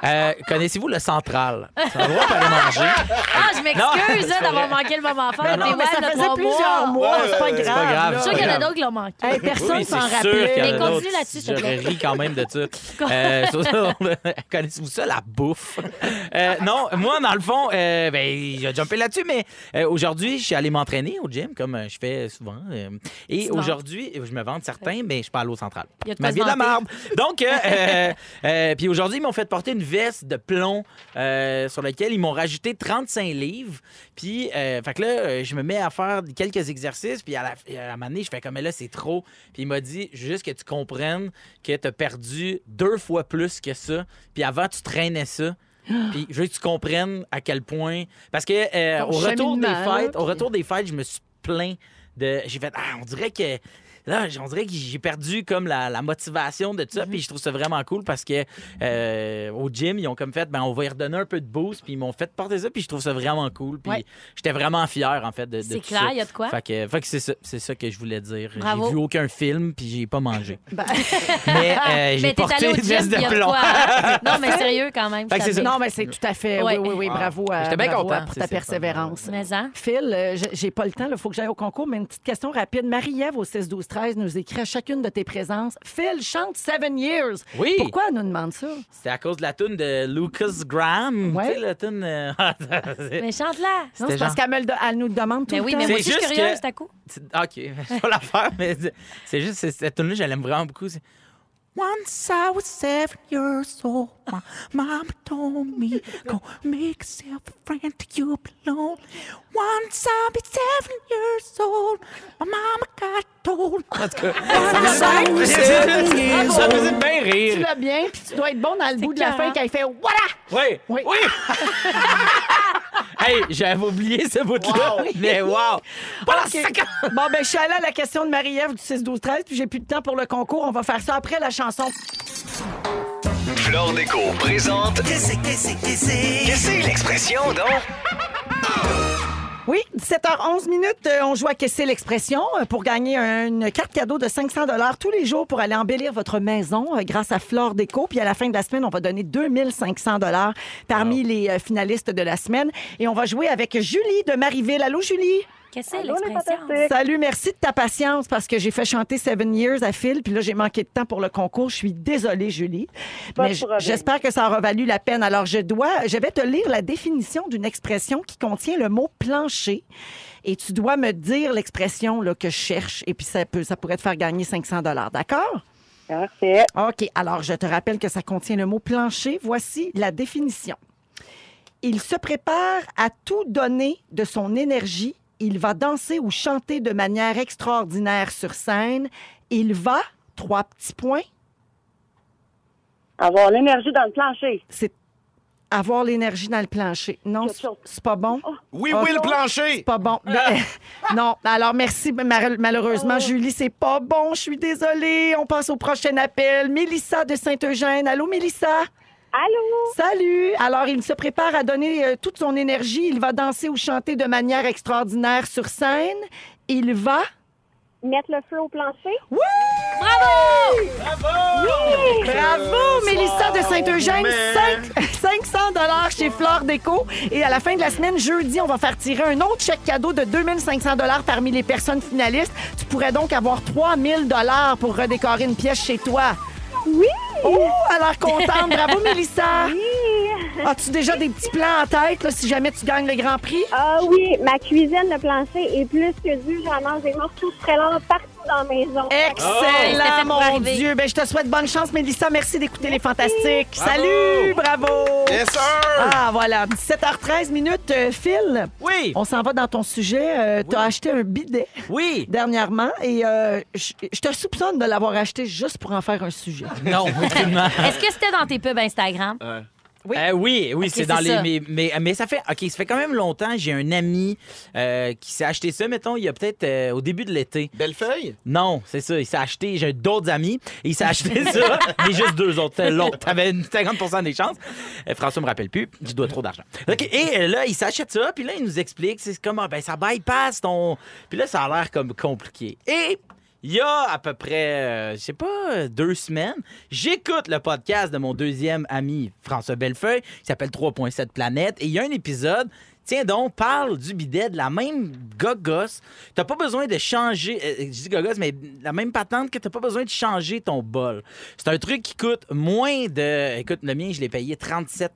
Euh, Connaissez-vous le central? Ça va pour aller manger? Ah, je m'excuse Non, là, c'est d'avoir vrai. manqué le moment fort. Non, Mais mais ouais, ça le faisait trois plusieurs mois. mois. Ouais, c'est pas ouais, c'est grave. pas grave, là. Je c'est suis sûr qu'il y en a Regarde. d'autres qui l'ont manqué. Hey, Oui, personne c'est s'en sûr rappelle. qu'il y en a Mais continue d'autres. là-dessus, s'il te J'aurais plaît. ri quand même de ça. Euh, sur ça, on- Connaissez-vous ça, la bouffe? Euh, non, moi, dans le fond, euh, ben, j'ai jumpé là-dessus, mais euh, aujourd'hui, je suis allé m'entraîner au gym, comme euh, je fais souvent. euh, et Tu te vantes. aujourd'hui, je me vante certains, mais je suis pas allé au central. Il y a de quoi Ma se vie de la vanter. marde. Donc, euh, euh, euh, puis aujourd'hui, ils m'ont fait porter une veste de plomb euh, sur laquelle ils m'ont rajouté 35 livres. Puis, euh, fait que là, euh, je me mets à faire quelques exercices. Puis à la, à un moment donné, je fais comme, mais là, c'est trop. Puis il m'a dit, Je veux juste que tu comprennes que tu as perdu deux fois plus que ça. Puis avant, tu traînais ça. Puis je veux que tu comprennes à quel point. Parce que euh, Ton au retour des cheminement, là, fêtes, au puis- retour des fêtes, je me suis plaint de. J'ai fait, ah, on dirait que. Là, j- on dirait que j'ai perdu comme la, la motivation de tout Mhm. ça, puis je trouve ça vraiment cool parce que euh, au gym, ils ont comme fait, ben on va y redonner un peu de boost, puis ils m'ont fait porter ça, puis je trouve ça vraiment cool, puis Ouais. j'étais vraiment fier en fait de, de C'est tout clair, ça. il y a de quoi. Fait que, fait que c'est ça, c'est ça que je voulais dire. Bravo. J'ai vu aucun film, puis j'ai pas mangé. Ben, mais euh, j'ai Ah, Mais t'es porté allé au une gym, veste puis il y de a de plomb. quoi, hein? Non, mais sérieux quand même. Fait que c'est je t'admire. Non, mais c'est tout à fait. Ouais. Oui, oui, oui. Bravo, à, J'étais bien bravo content, à- pour c'est- ta c'est le fun. persévérance. Mais hein? Phil, euh, j'ai- j'ai pas le temps, il faut que j'aille au concours, mais une petite question rapide. Marie-Ève au 6-12-13 nous écrit à chacune de tes présences. Phil chante Seven Years. Oui. Pourquoi elle nous demande ça? C'était à cause de la toune de Lucas Graham. Ouais. Tu sais, la toune. euh, Mais chante-la. Non, c'est genre- parce qu'elle me le do- elle nous le demande tout Mais le oui, temps. mais moi C'est aussi, je suis juste curieuse, que- tout à coup. C'est- ah, OK, je vais la faire, mais c'est juste, c'est- cette tune là je l'aime vraiment beaucoup. C'est Once I was seven years old, my mom told me, go make yourself a friend to you belong. Once I be seven years old, my mama got told. En tout cas, ça me faisait bien Tu rire. l'as bien, puis tu dois être bon dans le bout de la fin écœurant. quand il fait « Voilà! Oui, Oui. oui. hey, j'avais oublié ce bout-là, Wow. mais wow. Voilà, OK. Bon, ben, je suis allée à la question de Marie-Ève du 6-12-13, puis j'ai plus de temps pour le concours. On va faire ça après la chanson. Plus l'Or Déco présente. Qu'est-ce que c'est? Qu'est-ce que c'est l'expression, donc? Oui, 17h11 minutes, euh, on joue à Qu'est-ce que l'expression euh, pour gagner une carte cadeau de 500 dollars tous les jours pour aller embellir votre maison euh, grâce à Flore Déco. Puis à la fin de la semaine, on va donner 2500 dollars parmi les euh, finalistes de la semaine. Et on va jouer avec Julie de Marieville. Allô, Julie? Qu'est-ce que c'est l'expression? Salut, merci de ta patience parce que j'ai fait chanter Seven Years à Phil, puis là, j'ai manqué de temps pour le concours. Je suis désolée, Julie. Pas de mais j- problème. j'espère que ça aura valu la peine. Alors, je dois, je vais te lire la définition d'une expression qui contient le mot plancher. Et tu dois me dire l'expression là, que je cherche, et puis ça, peut, ça pourrait te faire gagner 500 d'accord? Parfait. OK, alors je te rappelle que ça contient le mot plancher. Voici la définition. Il se prépare à tout donner de son énergie. Il va danser ou chanter de manière extraordinaire sur scène. Il va, trois petits points, Avoir l'énergie dans le plancher. c'est avoir l'énergie dans le plancher. Non, Quelque c'est chose. Oh. c'est pas bon. Oui, Ah, oui, le plancher! Pas bon. Ben, non, alors merci. mais mar- Oh. Malheureusement, Julie, c'est pas bon. Je suis désolée. On passe au prochain appel. Mélissa de Saint-Eugène. Allô, Mélissa? Allô? Salut! Alors, il se prépare à donner euh, toute son énergie. Il va danser ou chanter de manière extraordinaire sur scène. Il va... Mettre le feu au plancher? Oui! Bravo, Mélissa de Saint-Eugène. Cinq- 500 dollars chez Flore Déco. Et à la fin de la semaine, jeudi, on va faire tirer un autre chèque cadeau de 2500 dollars parmi les personnes finalistes. Tu pourrais donc avoir 3000 dollars pour redécorer une pièce chez toi. Oui! Oh, alors contente. Bravo, Mélissa. As-tu déjà des petits plans en tête là, si jamais tu gagnes le Grand Prix? Ah oui, ma cuisine, le plancher est plus que dur. J'en mange des morceaux de frelons partout dans la maison. Eh, C'était fait Excellent, pour mon arriver. Dieu. Ben, je te souhaite bonne chance, Mélissa. Merci d'écouter les Fantastiques. Salut, bravo. Yes, sir! Ah, voilà. 17h13 minutes. Euh, Phil, Oui, on s'en va dans ton sujet. Euh, T'as acheté un bidet oui. dernièrement et euh, je je te soupçonne de l'avoir acheté juste pour en faire un sujet. Non, aucunement. Est-ce que c'était dans tes pubs Instagram? Oui. Euh, oui, oui, c'est dans c'est les. ça. Mais, mais, mais ça fait. OK, ça fait quand même longtemps. J'ai un ami euh, qui s'est acheté ça, mettons, il y a peut-être euh, au début de l'été. Belle feuille? Non, c'est ça. Il s'est acheté. J'ai d'autres amis. Et il s'est acheté ça. Mais juste deux autres. C'était L'autre, t'avais une 50 des chances. Euh, François me rappelle plus. Je dois trop d'argent. OK, et euh, là, il s'achète ça. Puis là, il nous explique. C'est comme, ah, ben, ça bypass ton. Puis là, ça a l'air comme compliqué. Et. Il y a à peu près, euh, je sais pas, euh, deux semaines, j'écoute le podcast de mon deuxième ami François Bellefeuille, qui s'appelle 3.7 Planète, et il y a un épisode Tiens donc, parle du bidet de la même gogosse. T'as pas besoin de changer, euh, je dis gogosse, mais la même patente que t'as pas besoin de changer ton bol. C'est un truc qui coûte moins de. Écoute, le mien, je l'ai payé 37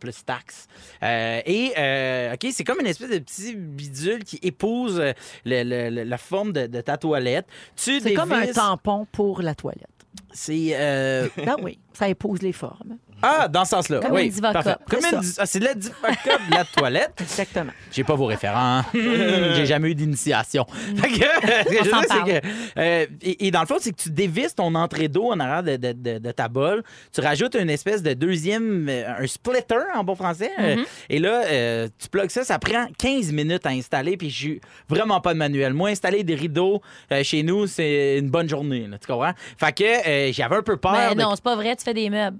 plus taxes. Euh, et, euh, OK, c'est comme une espèce de petit bidule qui épouse euh, le- le- le- la forme de, de ta toilette. Tu C'est comme un dévisses- tampon pour la toilette. C'est. euh, Ben oui, ça épouse les formes. Ah, dans ce sens-là. Comme oui, une Diva parfait. Cup. Comme C'est une di- ah, c'est la divacup de la toilette. Exactement. J'ai pas vos référents. J'ai jamais eu d'initiation. Fait que, ce que je Mm. On s'en sais, c'est parle. que, euh, et, et dans le fond, c'est que tu dévisses ton entrée d'eau en arrière de, de- de- de ta bol. Tu rajoutes une espèce de deuxième, euh, un splitter en bon français. euh, Mm-hmm. Et là, euh, tu plugues ça. Ça prend 15 minutes à installer. Puis je suis vraiment pas de manuel. Moi, installer des rideaux euh, chez nous, c'est une bonne journée. là, tu comprends? Fait que euh, j'avais un peu peur. Mais de- non, c'est pas vrai, tu fais des meubles.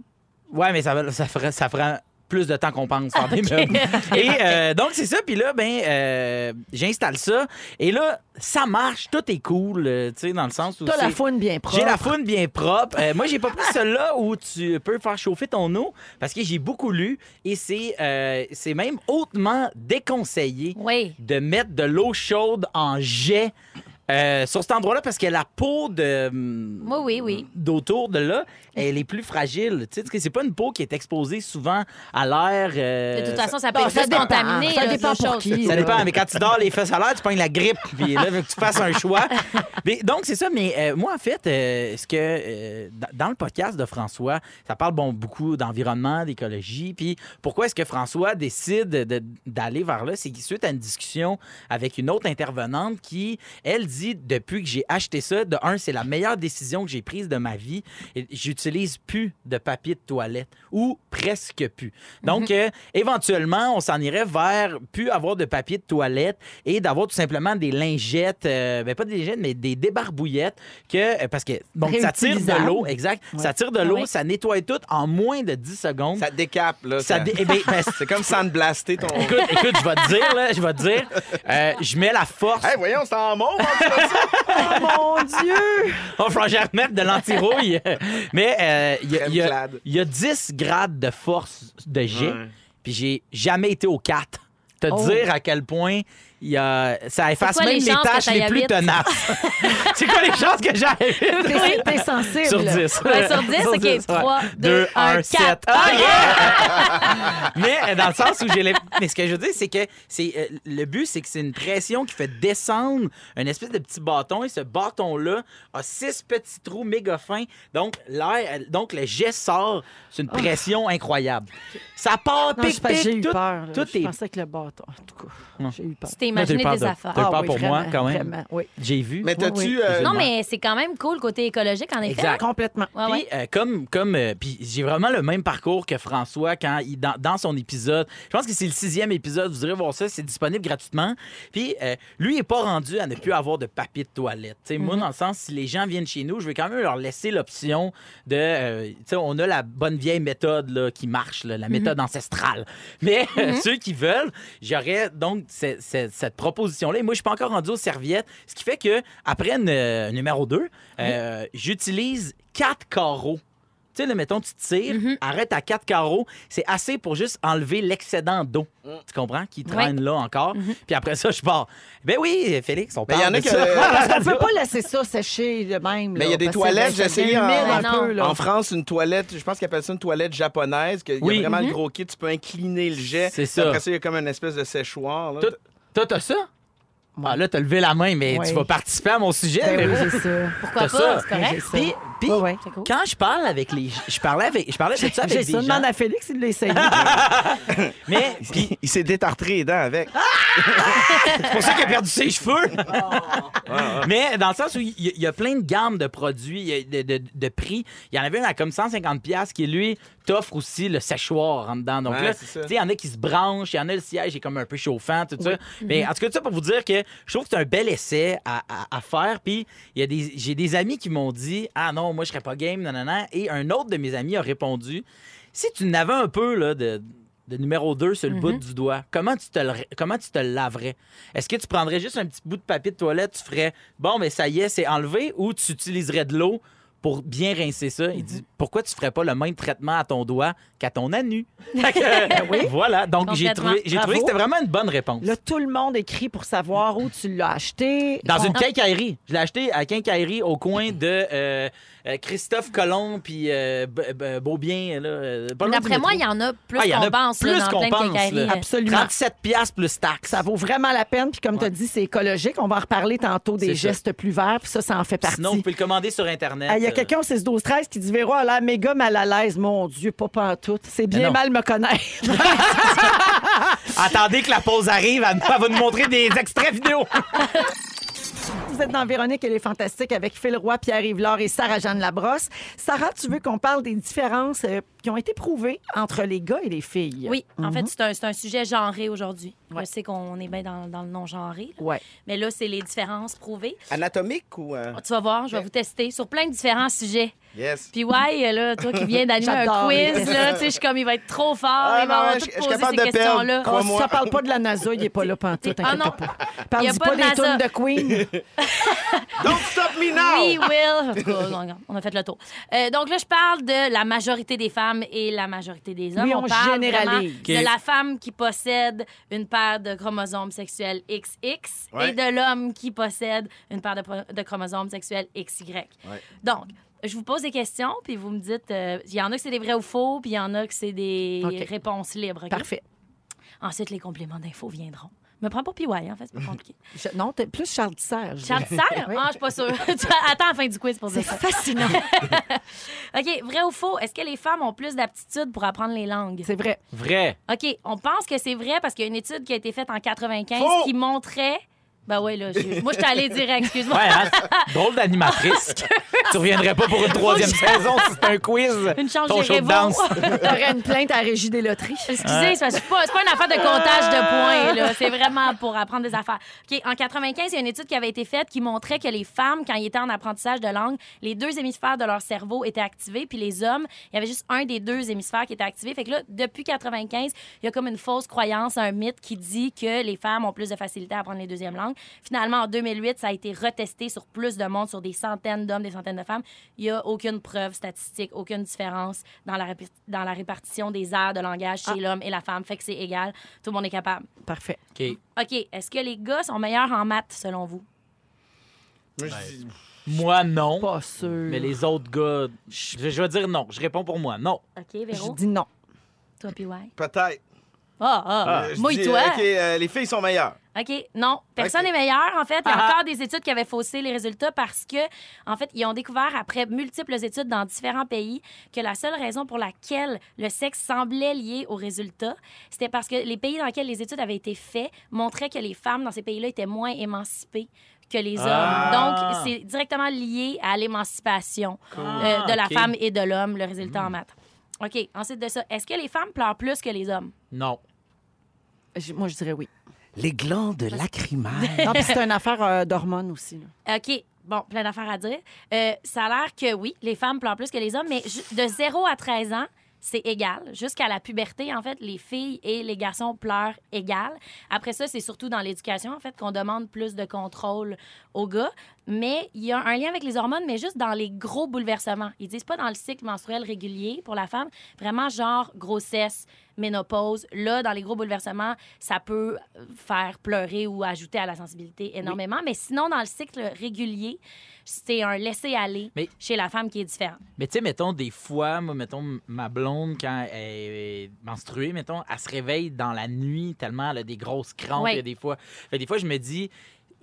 Ouais, mais ça, va- ça, fera- ça prend plus de temps qu'on pense faire des meubles. Et euh, donc, c'est ça. Puis là, ben, euh, j'installe ça. Et là, ça marche. Tout est cool, euh, tu sais, dans le sens où. T'as la c'est- faune bien propre. j'ai la foune bien propre. Euh, moi, j'ai pas pris celle-là où tu peux faire chauffer ton eau parce que j'ai beaucoup lu et c'est euh, c'est même hautement déconseillé Oui. de mettre de l'eau chaude en jet euh, sur cet endroit-là parce que la peau de hum, Moi, oui, oui. d'autour de là, elle est plus fragile. Tu sais, parce que c'est pas une peau qui est exposée souvent à l'air. euh, De toute façon, ça... ça peut ça juste dépend. contaminer. Ça là, dépend d'autres pour choses. qui. ça dépend, mais quand tu dors les fesses à l'air, tu pognes la grippe, puis là, faut que tu fasses un choix. Mais, donc, c'est ça, mais euh, moi, en fait, euh, ce que euh, dans- dans le podcast de François, ça parle bon, beaucoup d'environnement, d'écologie, puis pourquoi est-ce que François décide de- d'aller vers là? C'est que suite à une discussion avec une autre intervenante qui, elle, disait dit depuis que j'ai acheté ça, de un, c'est la meilleure décision que j'ai prise de ma vie. Et J'utilise plus de papier de toilette ou presque plus. Donc, euh, éventuellement, on s'en irait vers plus avoir de papier de toilette et d'avoir tout simplement des lingettes, euh, ben, pas des lingettes, mais des débarbouillettes que, euh, parce que, donc, ça tire de Réutilisables. l'eau, exact. Ça tire de Ah l'eau, oui. ça nettoie tout en moins de 10 secondes. Ça te décape, là. Ça Ça- dé- eh ben, ben, C'est comme sandblaster ton. Écoute, écoute, je vais te dire, là, je vais te dire, euh, je mets la force. Hey, voyons, c'est en mauve. Ah, Mon Dieu! On va changer à remettre de l'anti-rouille. Mais euh, il y a- il y, a- Crème clade. il y a 10 grades de force de jet, puis j'ai jamais été au 4. Te Oh. dire à quel point il y a- ça efface quoi même les les, chances que tâches t'ailles les à plus huit? tenaces. C'est quoi les chances que j'aille vite? T'es t'es sensible. Sur 10. Ouais, sur 10, ok. Trois, deux, un, quatre. Ah, yeah! mais euh, dans le sens où j'ai... l'im- Mais ce que je veux dire, c'est que c'est, euh, le but, c'est que c'est une pression qui fait descendre une espèce de petit bâton. Et ce bâton-là a six petits trous méga fins. Donc, l'air, euh, donc le jet sort. C'est Oh. une pression incroyable. Ça part Non, je pic, pense que j'ai eu pic, tout, peur. là. tout je est- pensais que le bâton. En tout cas, j'ai eu peur. Tu t'es imaginé peur des de- affaires. T'as eu Ah peur oui, pour moi, vraiment, quand même? Vraiment, oui. J'ai vu. Mais Oui, oui. t'as-tu. euh, Non, mais c'est quand même cool côté écologique, en effet. Ah, Exact. Complètement. Ouais, ouais. Puis, euh, comme, comme euh, puis j'ai vraiment le même parcours que François quand il, dans, dans son épisode. Je pense que c'est le sixième épisode. Vous irez voir ça. C'est disponible gratuitement. Puis, euh, lui, il n'est pas rendu à ne plus avoir de papier de toilette. Tu sais, Moi, Mm-hmm. dans le sens, si les gens viennent chez nous, je vais quand même leur laisser l'option de. euh, tu sais, on a la bonne vieille méthode là, qui marche, là, Mm-hmm. la méthode ancestrale. Mais euh, ceux qui veulent, j'aurais donc ce- ce- cette proposition-là. Et moi, je suis pas encore rendu aux serviettes. Ce qui fait que, après une, euh, numéro 2, j'utilise quatre carreaux. Tu sais, là, mettons, tu tires, Mhm. arrête à quatre carreaux. C'est assez pour juste enlever l'excédent d'eau. Mm. Tu comprends? Qui traîne là encore. Mhm. Puis après ça, je pars. Ben oui, Félix, on Mais parle y en a de que- ça. Ouais, Parce qu'on peut pas laisser ça sécher de même. Mais il y a des parce que toilettes, ça j'ai essayé devient en- humide un Non. peu, là. euh, En France, une toilette, je pense qu'ils appellent ça une toilette japonaise, qu'il Oui. y a vraiment le gros kit, tu peux incliner le jet. C'est ça. Après ça, il y a comme une espèce de séchoir. là. Tout- Toi, t'as ça? Ah, là, t'as levé la main, mais Ouais. tu vas participer à mon sujet. Ben mais- oui, j'ai ça. Pourquoi T'as pas? ça. C'est J'ai correct? ça. Puis, puis Ouais, ouais. C'est cool. quand je parle avec les... Je parlais, avec... je parlais de ça avec J'ai des ça. gens. Demande à Félix s'il l'a essayé. Mais puis, Il s'est détartré les dents avec. c'est pour ça qu'il a perdu ses cheveux. Ah. Mais dans le sens où il y, il y a plein de gammes de produits, il y a de, de- de prix. Il y en avait une à comme 150$ piastres qui, lui, t'offre aussi le séchoir en dedans. Donc Ouais, là, tu c'est sais, ça. il y en a qui se branchent, il y en a le siège est comme un peu chauffant, tout ça. Mais en tout cas, tout ça pour vous dire que je trouve que c'est un bel essai à, à- à faire. Puis il y a des- j'ai des amis qui m'ont dit Ah non, moi, je serais pas game, nanana. Et un autre de mes amis a répondu Si tu n'avais un peu là, de de numéro 2 sur le bout Mhm. du doigt, comment tu te le, comment tu te le laverais? Est-ce que tu prendrais juste un petit bout de papier de toilette, tu ferais bon, mais ça y est, c'est enlevé, ou tu utiliserais de l'eau pour bien rincer ça? Mhm. Il dit pourquoi tu ferais pas le même traitement à ton doigt qu'à ton anus? Fait que, Voilà, donc j'ai Ben Complètement. trouvé, j'ai trouvé Bravo. que c'était vraiment une bonne réponse. Là, tout le monde écrit pour savoir où tu l'as acheté. Dans une quincaillerie. Je l'ai acheté à quincaillerie au coin de euh, euh, Christophe Colomb puis euh, B- B- Beaubien. là, euh, pas loin du D'après moi, il y métro. en a plus Ah, il y en qu'on a pense là, plus dans qu'on plein de pense, quincailleries. là. Absolument. 37 piastres plus taxes. Ça vaut vraiment la peine. Puis comme tu as dit, c'est écologique. On va en reparler tantôt des C'est ça. gestes plus verts. Puis ça, ça en fait partie. Sinon, vous pouvez le commander sur Internet. Ah, Il y a Euh, quelqu'un au 6 12 13 qui dit Véro a l'air méga mal à l'aise. Mon Dieu, pas pantoute. C'est bien Ben non. mal me connaître. Attendez que la pause arrive, elle elle va nous montrer des extraits vidéo. Vous êtes dans Véronique et les Fantastiques avec Phil Roy, Pierre Yvelore et Sarah-Jeanne Labrosse. Sarah, tu veux qu'on parle des différences euh, qui ont été prouvées entre les gars et les filles? Oui, en fait, c'est un, c'est un sujet genré aujourd'hui. Je sais qu'on est bien dans, dans le non-genré, là. Ouais. mais là, c'est les différences prouvées. Anatomique ou. euh, Tu vas voir, je vais vous tester sur plein de différents sujets. Yes. Puis ouais, là, toi qui viens d'animer un J'adore les quiz, là, tu sais, je suis comme, il va être trop fort, Ah, il va non, avoir je- tout je suis posé capable ces de perdre. questions-là. Crois- Oh, moi. ça parle pas de la NASA, il est pas là pantoute, Ah non. t'inquiète pas. Il y a Parle pas pas de des NASA. tunes de Queen. Don't stop me now! Oui, Will. En tout cas, non, non, on a fait le tour. Euh, donc là, je parle de la majorité des femmes et la majorité des hommes. Oui, on parle généralise. vraiment OK. de la femme qui possède une paire de chromosomes sexuels XX Ouais. et de l'homme qui possède une paire de, pro- de chromosomes sexuels XY. Donc, je vous pose des questions, puis vous me dites, euh, il y en a que c'est des vrais ou faux, puis il y en a que c'est des OK. réponses libres. OK? Parfait. Ensuite, les compléments d'infos viendront. Me prends pour PY, en fait, c'est pas compliqué. Je- non, t'es plus Charles Serge. Charles Serre? Oui. Ah, je suis pas sûre. Tu Attends à la fin du quiz pour dire ça. fascinant. OK, vrai ou faux, est-ce que les femmes ont plus d'aptitude pour apprendre les langues? C'est vrai. Vrai. OK, on pense que c'est vrai parce qu'il y a une étude qui a été faite en 95 Faux. qui montrait Ben oui, là. je- Moi, je t'allais direct, excuse-moi. Ouais, hein? drôle d'animatrice. tu reviendrais pas pour une troisième saison si c'est un quiz. Une chance, Ton show j'irai de voir. danse. T'aurais une plainte à la régie des loteries. Excusez, c'est parce que c'est pas, c'est pas une affaire de comptage de points. là. C'est vraiment pour apprendre des affaires. OK, en 95, il y a une étude qui avait été faite qui montrait que les femmes, quand ils étaient en apprentissage de langue, les deux hémisphères de leur cerveau étaient activés, puis les hommes, il y avait juste un des deux hémisphères qui était activé. Fait que là, depuis 95, il y a comme une fausse croyance, un mythe qui dit que les femmes ont plus de facilité à apprendre les deuxièmes langues. Finalement, en 2008, ça a été retesté sur plus de monde, sur des centaines d'hommes, des centaines de femmes. Il n'y a aucune preuve statistique, aucune différence dans la, répi- dans la répartition des aires de langage chez l'homme et la femme. Fait que c'est égal. Tout le monde est capable. Parfait. OK. OK. Est-ce que les gars sont meilleurs en maths, selon vous? Moi, je dis- Moi, non. Pas sûr. Mais les autres gars, je, je vais dire non. Je réponds pour moi. Non. OK, Je Véro? dis non. Toi, puis ouais. Peut-être. Ah, ah, Euh, je dis, mouille-toi. OK, euh, les filles sont meilleures. OK, non. Personne OK. n'est meilleur, en fait. Il y a Ah. encore des études qui avaient faussé les résultats parce que, en fait, ils ont découvert, après multiples études dans différents pays, que la seule raison pour laquelle le sexe semblait lié aux résultats, c'était parce que les pays dans lesquels les études avaient été faites montraient que les femmes dans ces pays-là étaient moins émancipées que les hommes. Ah. Donc, c'est directement lié à l'émancipation euh, Ah, de la OK. Hmm. femme et de l'homme, le résultat en maths. OK, ensuite de ça, est-ce que les femmes pleurent plus que les hommes? Non. J- Moi, je dirais oui. Les glandes lacrymales. Non, puis c'est une affaire euh, d'hormones aussi. là. OK. Bon, plein d'affaires à dire. Euh, ça a l'air que oui, les femmes pleurent plus que les hommes, mais ju- de 0 à 13 ans, c'est égal. Jusqu'à la puberté, en fait, les filles et les garçons pleurent égal. Après ça, c'est surtout dans l'éducation, en fait, qu'on demande plus de contrôle aux gars. Mais il y a un lien avec les hormones, mais juste dans les gros bouleversements. Ils disent pas dans le cycle menstruel régulier pour la femme, vraiment genre grossesse, ménopause. Là, dans les gros bouleversements, ça peut euh, faire pleurer ou ajouter à la sensibilité énormément. Mais sinon, dans le cycle régulier, c'est un laisser-aller Mais- chez la femme qui est différente. Mais tu sais, mettons, des fois, moi, mettons, ma blonde, quand elle est menstruée, mettons, elle se réveille dans la nuit tellement elle a des grosses crampes, Oui. il y a des fois. Fait que des fois, je me dis,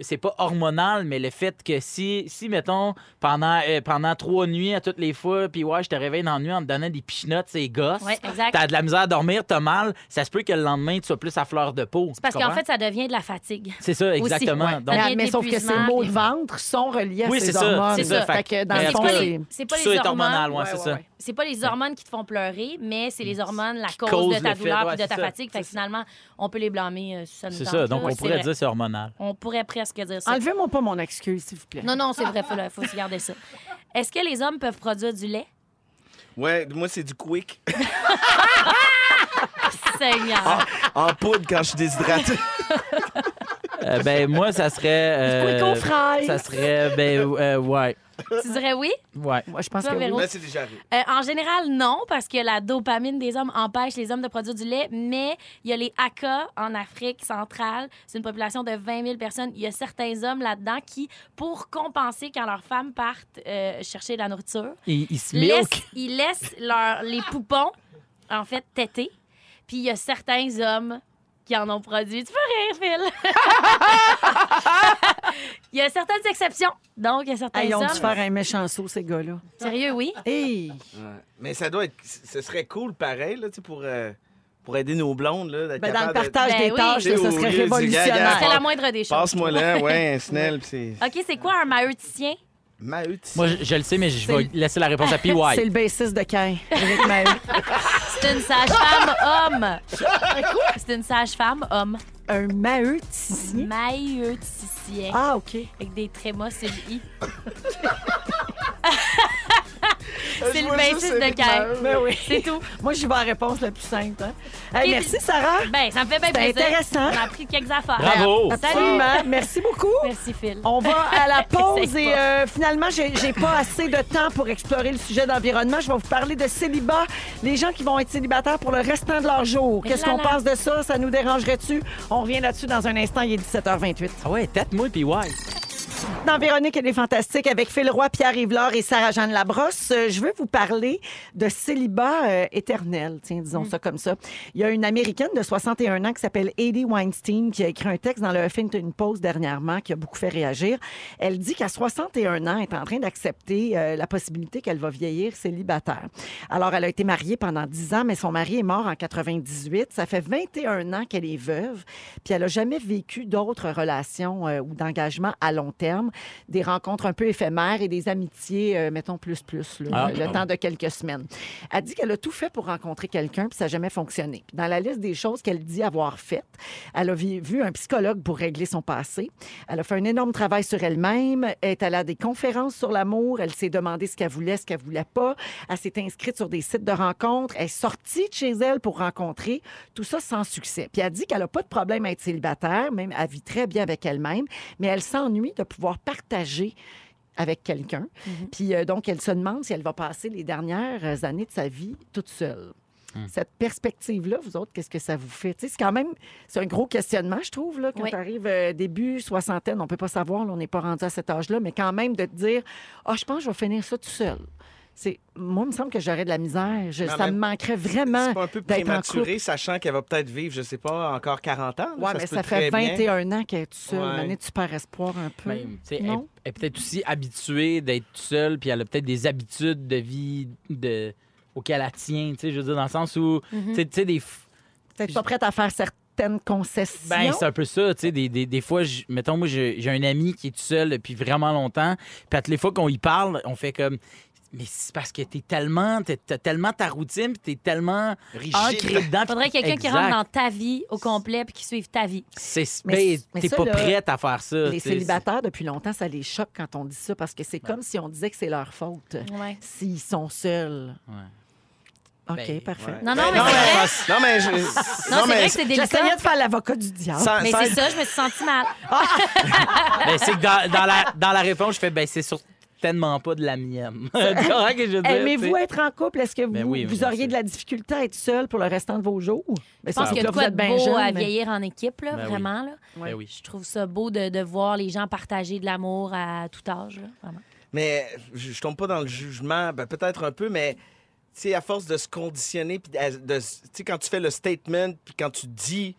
c'est pas hormonal, mais le fait que si, si mettons, pendant, euh, pendant trois nuits à toutes les fois, puis ouais, je te réveille dans la nuit en te donnant des pichenottes, c'est gosse. Ouais, exact. T'as de la misère à dormir, t'as mal, ça se peut que le lendemain, tu sois plus à fleur de peau. C'est parce Tu qu'en comprends? fait, ça devient de la fatigue. C'est ça, exactement. ouais. Donc, La- mais, mais sauf que ces d'épuisement, maux de puis- ventre sont reliés Oui, à ces c'est ça, hormones. c'est ça. Fait que dans Mais le C'est fond, pas c'est- les, c'est pas tout les ça est hormones. hormonal, ouais, Ouais, c'est ouais, ça. ouais. c'est pas les hormones qui te font pleurer, mais c'est les hormones, la Qui cause, causent de ta le fait, douleur ouais, et de c'est ta ça. fatigue. Fait que finalement, on peut les blâmer euh, si ça nous C'est tente, ça. là. Donc, on C'est pourrait vrai. dire Ah, c'est hormonal. On pourrait presque dire ça. Enlevez-moi pas mon excuse, s'il vous plaît. Non, non, c'est vrai, faut, le- faut se garder ça. Est-ce que les hommes peuvent produire du lait? Ouais, moi, c'est du quick. Seigneur! en poudre quand je suis déshydraté. Euh, ben, moi, ça serait. Quick au euh, fry. ça serait. Ben, euh, ouais. Tu dirais oui? Ouais. Moi, je pense Toi, que oui. Véro? Mais c'est déjà arrivé. Euh, en général, non, parce que la dopamine des hommes empêche les hommes de produire du lait, mais il y a les Aka en Afrique centrale. C'est une population de 20 000 personnes. Il y a certains hommes là-dedans qui, pour compenser quand leurs femmes partent euh, chercher de la nourriture, Il, il se laissent- milk. ils laissent leur, les poupons, en fait, têter. Puis il y a certains hommes qui en ont produit. Tu peux rire, Phil! il y a certaines exceptions. Donc, il y a certains Hey, ils ont dû hommes... faire un méchant saut, ces gars-là. Ben, Sérieux, oui. Hey! Ouais. Mais ça doit être. Ce serait cool, pareil, là, tu sais, pour, euh, pour aider nos blondes. Là, d'être Ben, dans le capable de- partage Ben des oui. tâches, là, Au ça serait lieu du gaga. révolutionnaire. C'est la moindre des choses. Passe-moi là, ouais, un Snell, puis c'est. OK, c'est quoi un maïeuticien? Mahut. Moi, je, je le sais, mais je C'est vais laisser la réponse à PY. C'est le bassiste de Caen, Éric Maheu. C'est une sage-femme homme. C'est une sage-femme homme. Un Maheu tissien. Maïeuticien. Ah, OK. Avec des trémas sur le i. Je c'est le vois juste bassiste de Éric Caen. Ben oui. C'est tout. Moi, j'y vais à la réponse la plus simple. hein. Hey, Ok, merci, puis- Sarah. Ben, ça me fait bien C'est plaisir. intéressant. On a appris quelques affaires. Bravo! Salut. Absolument. Merci beaucoup. Merci, Phil. On va à la pause C'est et pas- euh, finalement, j'ai j'ai pas assez de temps pour explorer le sujet d'environnement. Je vais vous parler de célibat, les gens qui vont être célibataires pour le restant de leur jour. Mais Qu'est-ce là qu'on là. pense de ça? Ça nous dérangerait-tu? On revient là-dessus dans un instant. Il est 17h28. Ah ouais, tête-moi, PY. Dans Véronique, elle est fantastique avec Phil Roy, Pierre Yvelore et Sarah-Jeanne Labrosse. Euh, Je veux vous parler de célibat euh, éternel, tiens, disons ça comme ça. Il y a une Américaine de 61 ans qui s'appelle Heidi Weinstein qui a écrit un texte dans le Huffington Post dernièrement qui a beaucoup fait réagir. Elle dit qu'à 61 ans, elle est en train d'accepter euh, la possibilité qu'elle va vieillir célibataire. Alors, elle a été mariée pendant 10 ans, mais son mari est mort en 98. Ça fait 21 ans qu'elle est veuve, puis elle n'a jamais vécu d'autres relations euh, ou d'engagement à long terme, des rencontres un peu éphémères et des amitiés, euh, mettons, plus, plus, là, Ah, le ah. temps de quelques semaines. Elle dit qu'elle a tout fait pour rencontrer quelqu'un, puis ça n'a jamais fonctionné. Puis dans la liste des choses qu'elle dit avoir faites, elle a vi- vu un psychologue pour régler son passé. Elle a fait un énorme travail sur elle-même. Elle est allée à des conférences sur l'amour. Elle s'est demandé ce qu'elle voulait, ce qu'elle voulait pas. Elle s'est inscrite sur des sites de rencontres. Elle est sortie de chez elle pour rencontrer. Tout ça sans succès. Puis elle dit qu'elle n'a pas de problème à être célibataire, même elle vit très bien avec elle-même, mais elle s'ennuie de pouvoir partager avec quelqu'un. Puis euh, donc, elle se demande si elle va passer les dernières euh, années de sa vie toute seule. Cette perspective-là, vous autres, qu'est-ce que ça vous fait? Tu sais, C'est quand même c'est un gros questionnement, je trouve, là, quand Oui. tu arrives début soixantaine. On peut pas savoir, là, on n'est pas rendu à cet âge-là, mais quand même de te dire Ah, je pense que je vais finir ça tout seul. C'est- Moi, il me semble que j'aurais de la misère. Je- Mais en ça même- me manquerait vraiment C'est pas un peu d'être en couple. prématuré, sachant qu'elle va peut-être vivre, je sais pas, encore 40 ans. là, Oui, se mais peut ça fait très bien. 21 ans qu'elle est toute seule. Ouais. À un moment donné, tu perds espoir un peu. Ben, tu sais, elle, non? elle est peut-être aussi habituée d'être toute seule, puis elle a peut-être des habitudes de vie de... auxquelles elle tient, tu sais, je veux dire, dans le sens où, tu sais- tu sais, des... f- Peut-être pas prête à faire certaines concessions. Ben, c'est un peu ça, tu sais. Des, des, des fois, je- mettons, moi, j'ai j'ai un ami qui est tout seul depuis vraiment longtemps. Puis, à toutes les fois qu'on y parle, on fait comme. Mais c'est parce que t'es tellement. t'es- T'as tellement ta routine, puis t'es tellement Rigide. ancré dedans. euh, puis- Faudrait quelqu'un qui Exact. rentre dans ta vie au complet puis qui suive ta vie. C'est. Mais- ben, mais T'es ça, pas là, prête à faire ça. Les tu sais. célibataires, depuis longtemps, ça les choque quand on dit ça parce que c'est Ben. comme si on disait que c'est leur faute Ouais. s'ils sont seuls. Ouais. OK, Ben, parfait. Ouais. Non, non, mais non, c'est vrai. mais- non, mais je- Non, non, c'est mais- vrai que c'est J'essayais délicat. de faire l'avocat du diable. sans- Mais sans- c'est ça, je me suis sentie mal. Ben, c'est que dans, dans la, dans la réponse, je fais, ben, c'est certainement pas de la mienne. tu comprends ce que Eh, je veux dire? tu Aimez-vous sais? être en couple? Est-ce que vous, Ben oui, vous bien auriez sûr. de la difficulté à être seul pour le restant de vos jours? Ben, Mais Je pense qu'il y a de quoi de beau à vieillir en équipe, là, Ben oui. vraiment. Là. Ben oui. Je trouve ça beau de, de voir les gens partager de l'amour à tout âge. là, vraiment. Mais je, je tombe pas dans le jugement, ben, peut-être un peu, mais tu sais, à force de se conditionner, puis à- de s- tu sais, quand tu fais le statement, puis quand tu dis,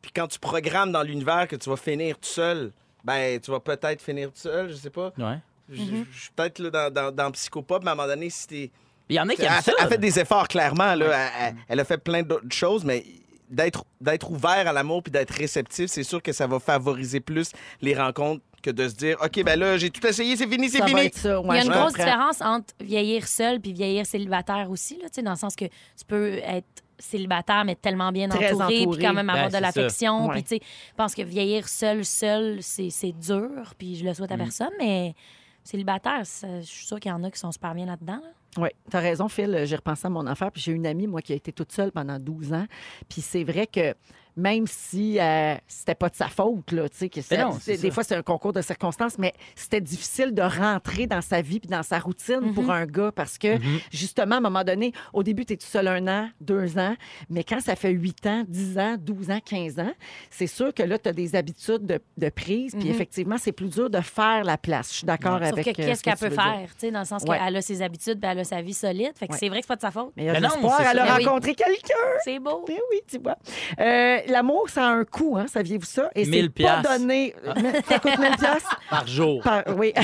puis quand tu programmes dans l'univers que tu vas finir tout seul, ben tu vas peut-être finir tout seul, je sais pas. Ouais. Je Mhm. je suis peut-être là, dans, dans, dans Psychopop, mais à un moment donné, si t'es. Il y en a qui Elle, aiment a ça. fait- Ah, elle fait des efforts, clairement. Là. Elle, elle- elle a fait plein d'autres choses, mais d'être, d'être ouvert à l'amour puis d'être réceptif, c'est sûr que ça va favoriser plus les rencontres que de se dire OK, ben là, j'ai tout essayé, c'est fini, c'est Ça va fini. être ça. ouais, Il y a une je grosse comprends. différence entre vieillir seul puis vieillir célibataire aussi, là, tu sais, dans le sens que tu peux être célibataire, mais tellement bien Très entouré, entouré. puis quand même Ben, avoir de c'est ça. l'affection. Ouais. Puis, tu sais, je pense que vieillir seul, seul, c'est c'est dur, puis je le souhaite à Mm. personne, mais célibataire, ça, je suis sûre qu'il y en a qui sont super bien là-dedans. là. Oui, t'as raison, Phil. J'ai repensé à mon affaire. Puis j'ai une amie, moi, qui a été toute seule pendant 12 ans. Puis c'est vrai que même si euh, c'était pas de sa faute, là, tu sais, que ça- non, c'est des ça. fois c'est un concours de circonstances, mais c'était difficile de rentrer dans sa vie puis dans sa routine Mhm. pour un gars parce que, justement, à un moment donné, au début, t'es tout seul un an, deux ans, mais quand ça fait 8 ans, 10 ans, 12 ans, 15 ans, c'est sûr que là, t'as des habitudes de, de prise. Puis effectivement, c'est plus dur de faire la place. Je suis d'accord Mhm. Sauf avec que euh, qu'est-ce ce qu'elle tu peut veux dire. faire, tu sais, dans le sens Ouais. qu'elle a ses habitudes, puis elle a sa vie solide. Fait que Ouais. c'est vrai que c'est pas de sa faute. Mais il y a Ben de non, l'espoir, c'est elle a ça. Ben oui. rencontré quelqu'un. C'est beau. Ben oui, tu vois. Euh, L'amour, ça a un coût, hein, saviez-vous ça? Et c'est 1000 pas piastres. Ah. donné. Mais Ça coûte 1000 piastres Par jour. par- Oui.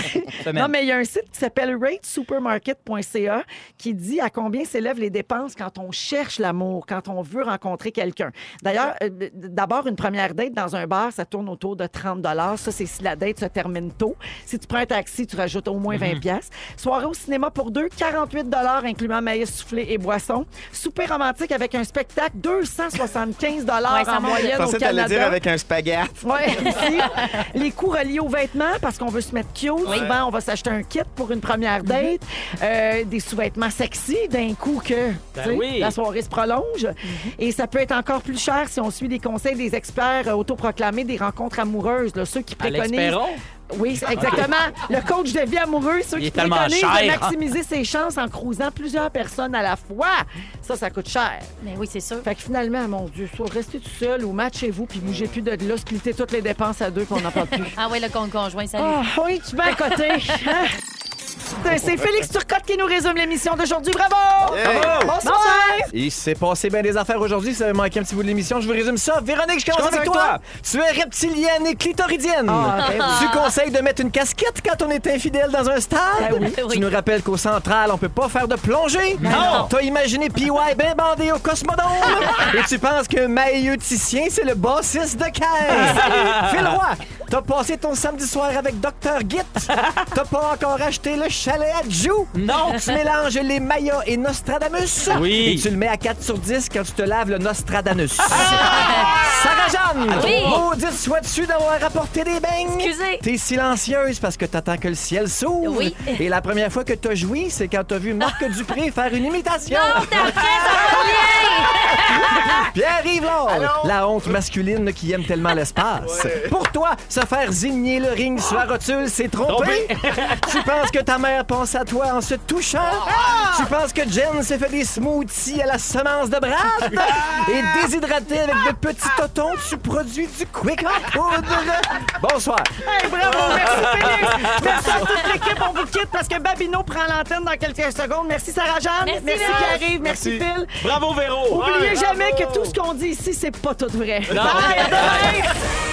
Semaine. non, mais il y a un site qui s'appelle ratesupermarket.ca qui dit à combien s'élèvent les dépenses quand on cherche l'amour, quand on veut rencontrer quelqu'un. D'ailleurs, euh, d- d'abord, une première date dans un bar, ça tourne autour de 30 Ça, c'est si la date se termine tôt. Si tu prends un taxi, tu rajoutes au moins 20 piastres. Soirée au cinéma pour deux, 48 incluant maïs soufflé et boissons. Souper romantique avec un spectacle, 275 Ouais, ça en monte. moyenne Je au pensais que Canada. t'allais dire avec un spaghette. Ouais, aussi. les coûts reliés aux vêtements, parce qu'on veut se mettre cute. Souvent, on va s'acheter un kit pour une première Mhm. date. Euh, des sous-vêtements sexy d'un coup que Ben tu sais, oui. Mhm. la soirée se prolonge. Et ça peut être encore plus cher si on suit les conseils des experts euh, autoproclamés des rencontres amoureuses, là, ceux qui Alex préconisent. Perron? Oui, c'est exactement. Le coach de vie amoureux, ceux Il qui est tellement préconisent de cher, hein? maximiser ses chances en croisant plusieurs personnes à la fois. Ça, ça coûte cher. Mais oui, c'est sûr. Fait que finalement, mon Dieu, soit restez tout seul ou matchez vous puis bougez plus de là, splittez toutes les dépenses à deux qu'on n'en parle plus. Ah ouais, le con- conjoint, salut. Ah, oui, tu vas à côté. hein? C'est Félix Turcotte qui nous résume l'émission d'aujourd'hui. Bravo! Bravo! Bonsoir! Il s'est passé bien des affaires aujourd'hui. Si vous avez manqué un petit bout de l'émission, je vous résume ça. Véronique, je commence Je avec commence toi. Tu es reptilienne et clitoridienne. Ah, ben oui. Tu conseilles de mettre une casquette quand on est infidèle dans un stade. Ben Tu oui. nous rappelles qu'au central, on peut pas faire de plongée. non. T'as imaginé PY bien bandé au Cosmodome. et tu penses qu'un maïeuticien, c'est le bassiste de caisse. Phil Roy, t'as passé ton samedi soir avec Dr. Git. T'as pas encore acheté le chalet à Jou. Non. Tu mélanges les Mayas et Nostradamus. Oui. Et tu le mets à 4 sur 10 quand tu te laves le Nostradamus. Sarah-Jeanne, Oui. maudite sois-tu d'avoir apporté des beignes. Excusez. T'es silencieuse parce que t'attends que le ciel s'ouvre. Oui. Et la première fois que t'as joui, c'est quand t'as vu Marc Dupré faire une imitation. Non, t'as fait ça Pierre-Yves Laure, la honte masculine qui aime tellement l'espace. Pour toi, se faire zigner le ring sur la rotule, c'est tromper. tu penses que ta mère pense à toi en se touchant. Tu penses que Jen s'est fait des smoothies à la semence de brasse. Et déshydratée avec de petits totons, tu produis du quick Hot Food. Bonsoir. Hey, bravo! Merci, Félix! Merci à toute l'équipe. On vous quitte parce que Babino prend l'antenne dans quelques secondes. Merci, Sarah-Jeanne. Merci, Merci, Véro. qui arrive. Merci, Phil. Bravo, Véro! Oubliez Ouais. jamais que tout ce qu'on dit ici, c'est pas tout vrai. Non. Bye! à demain!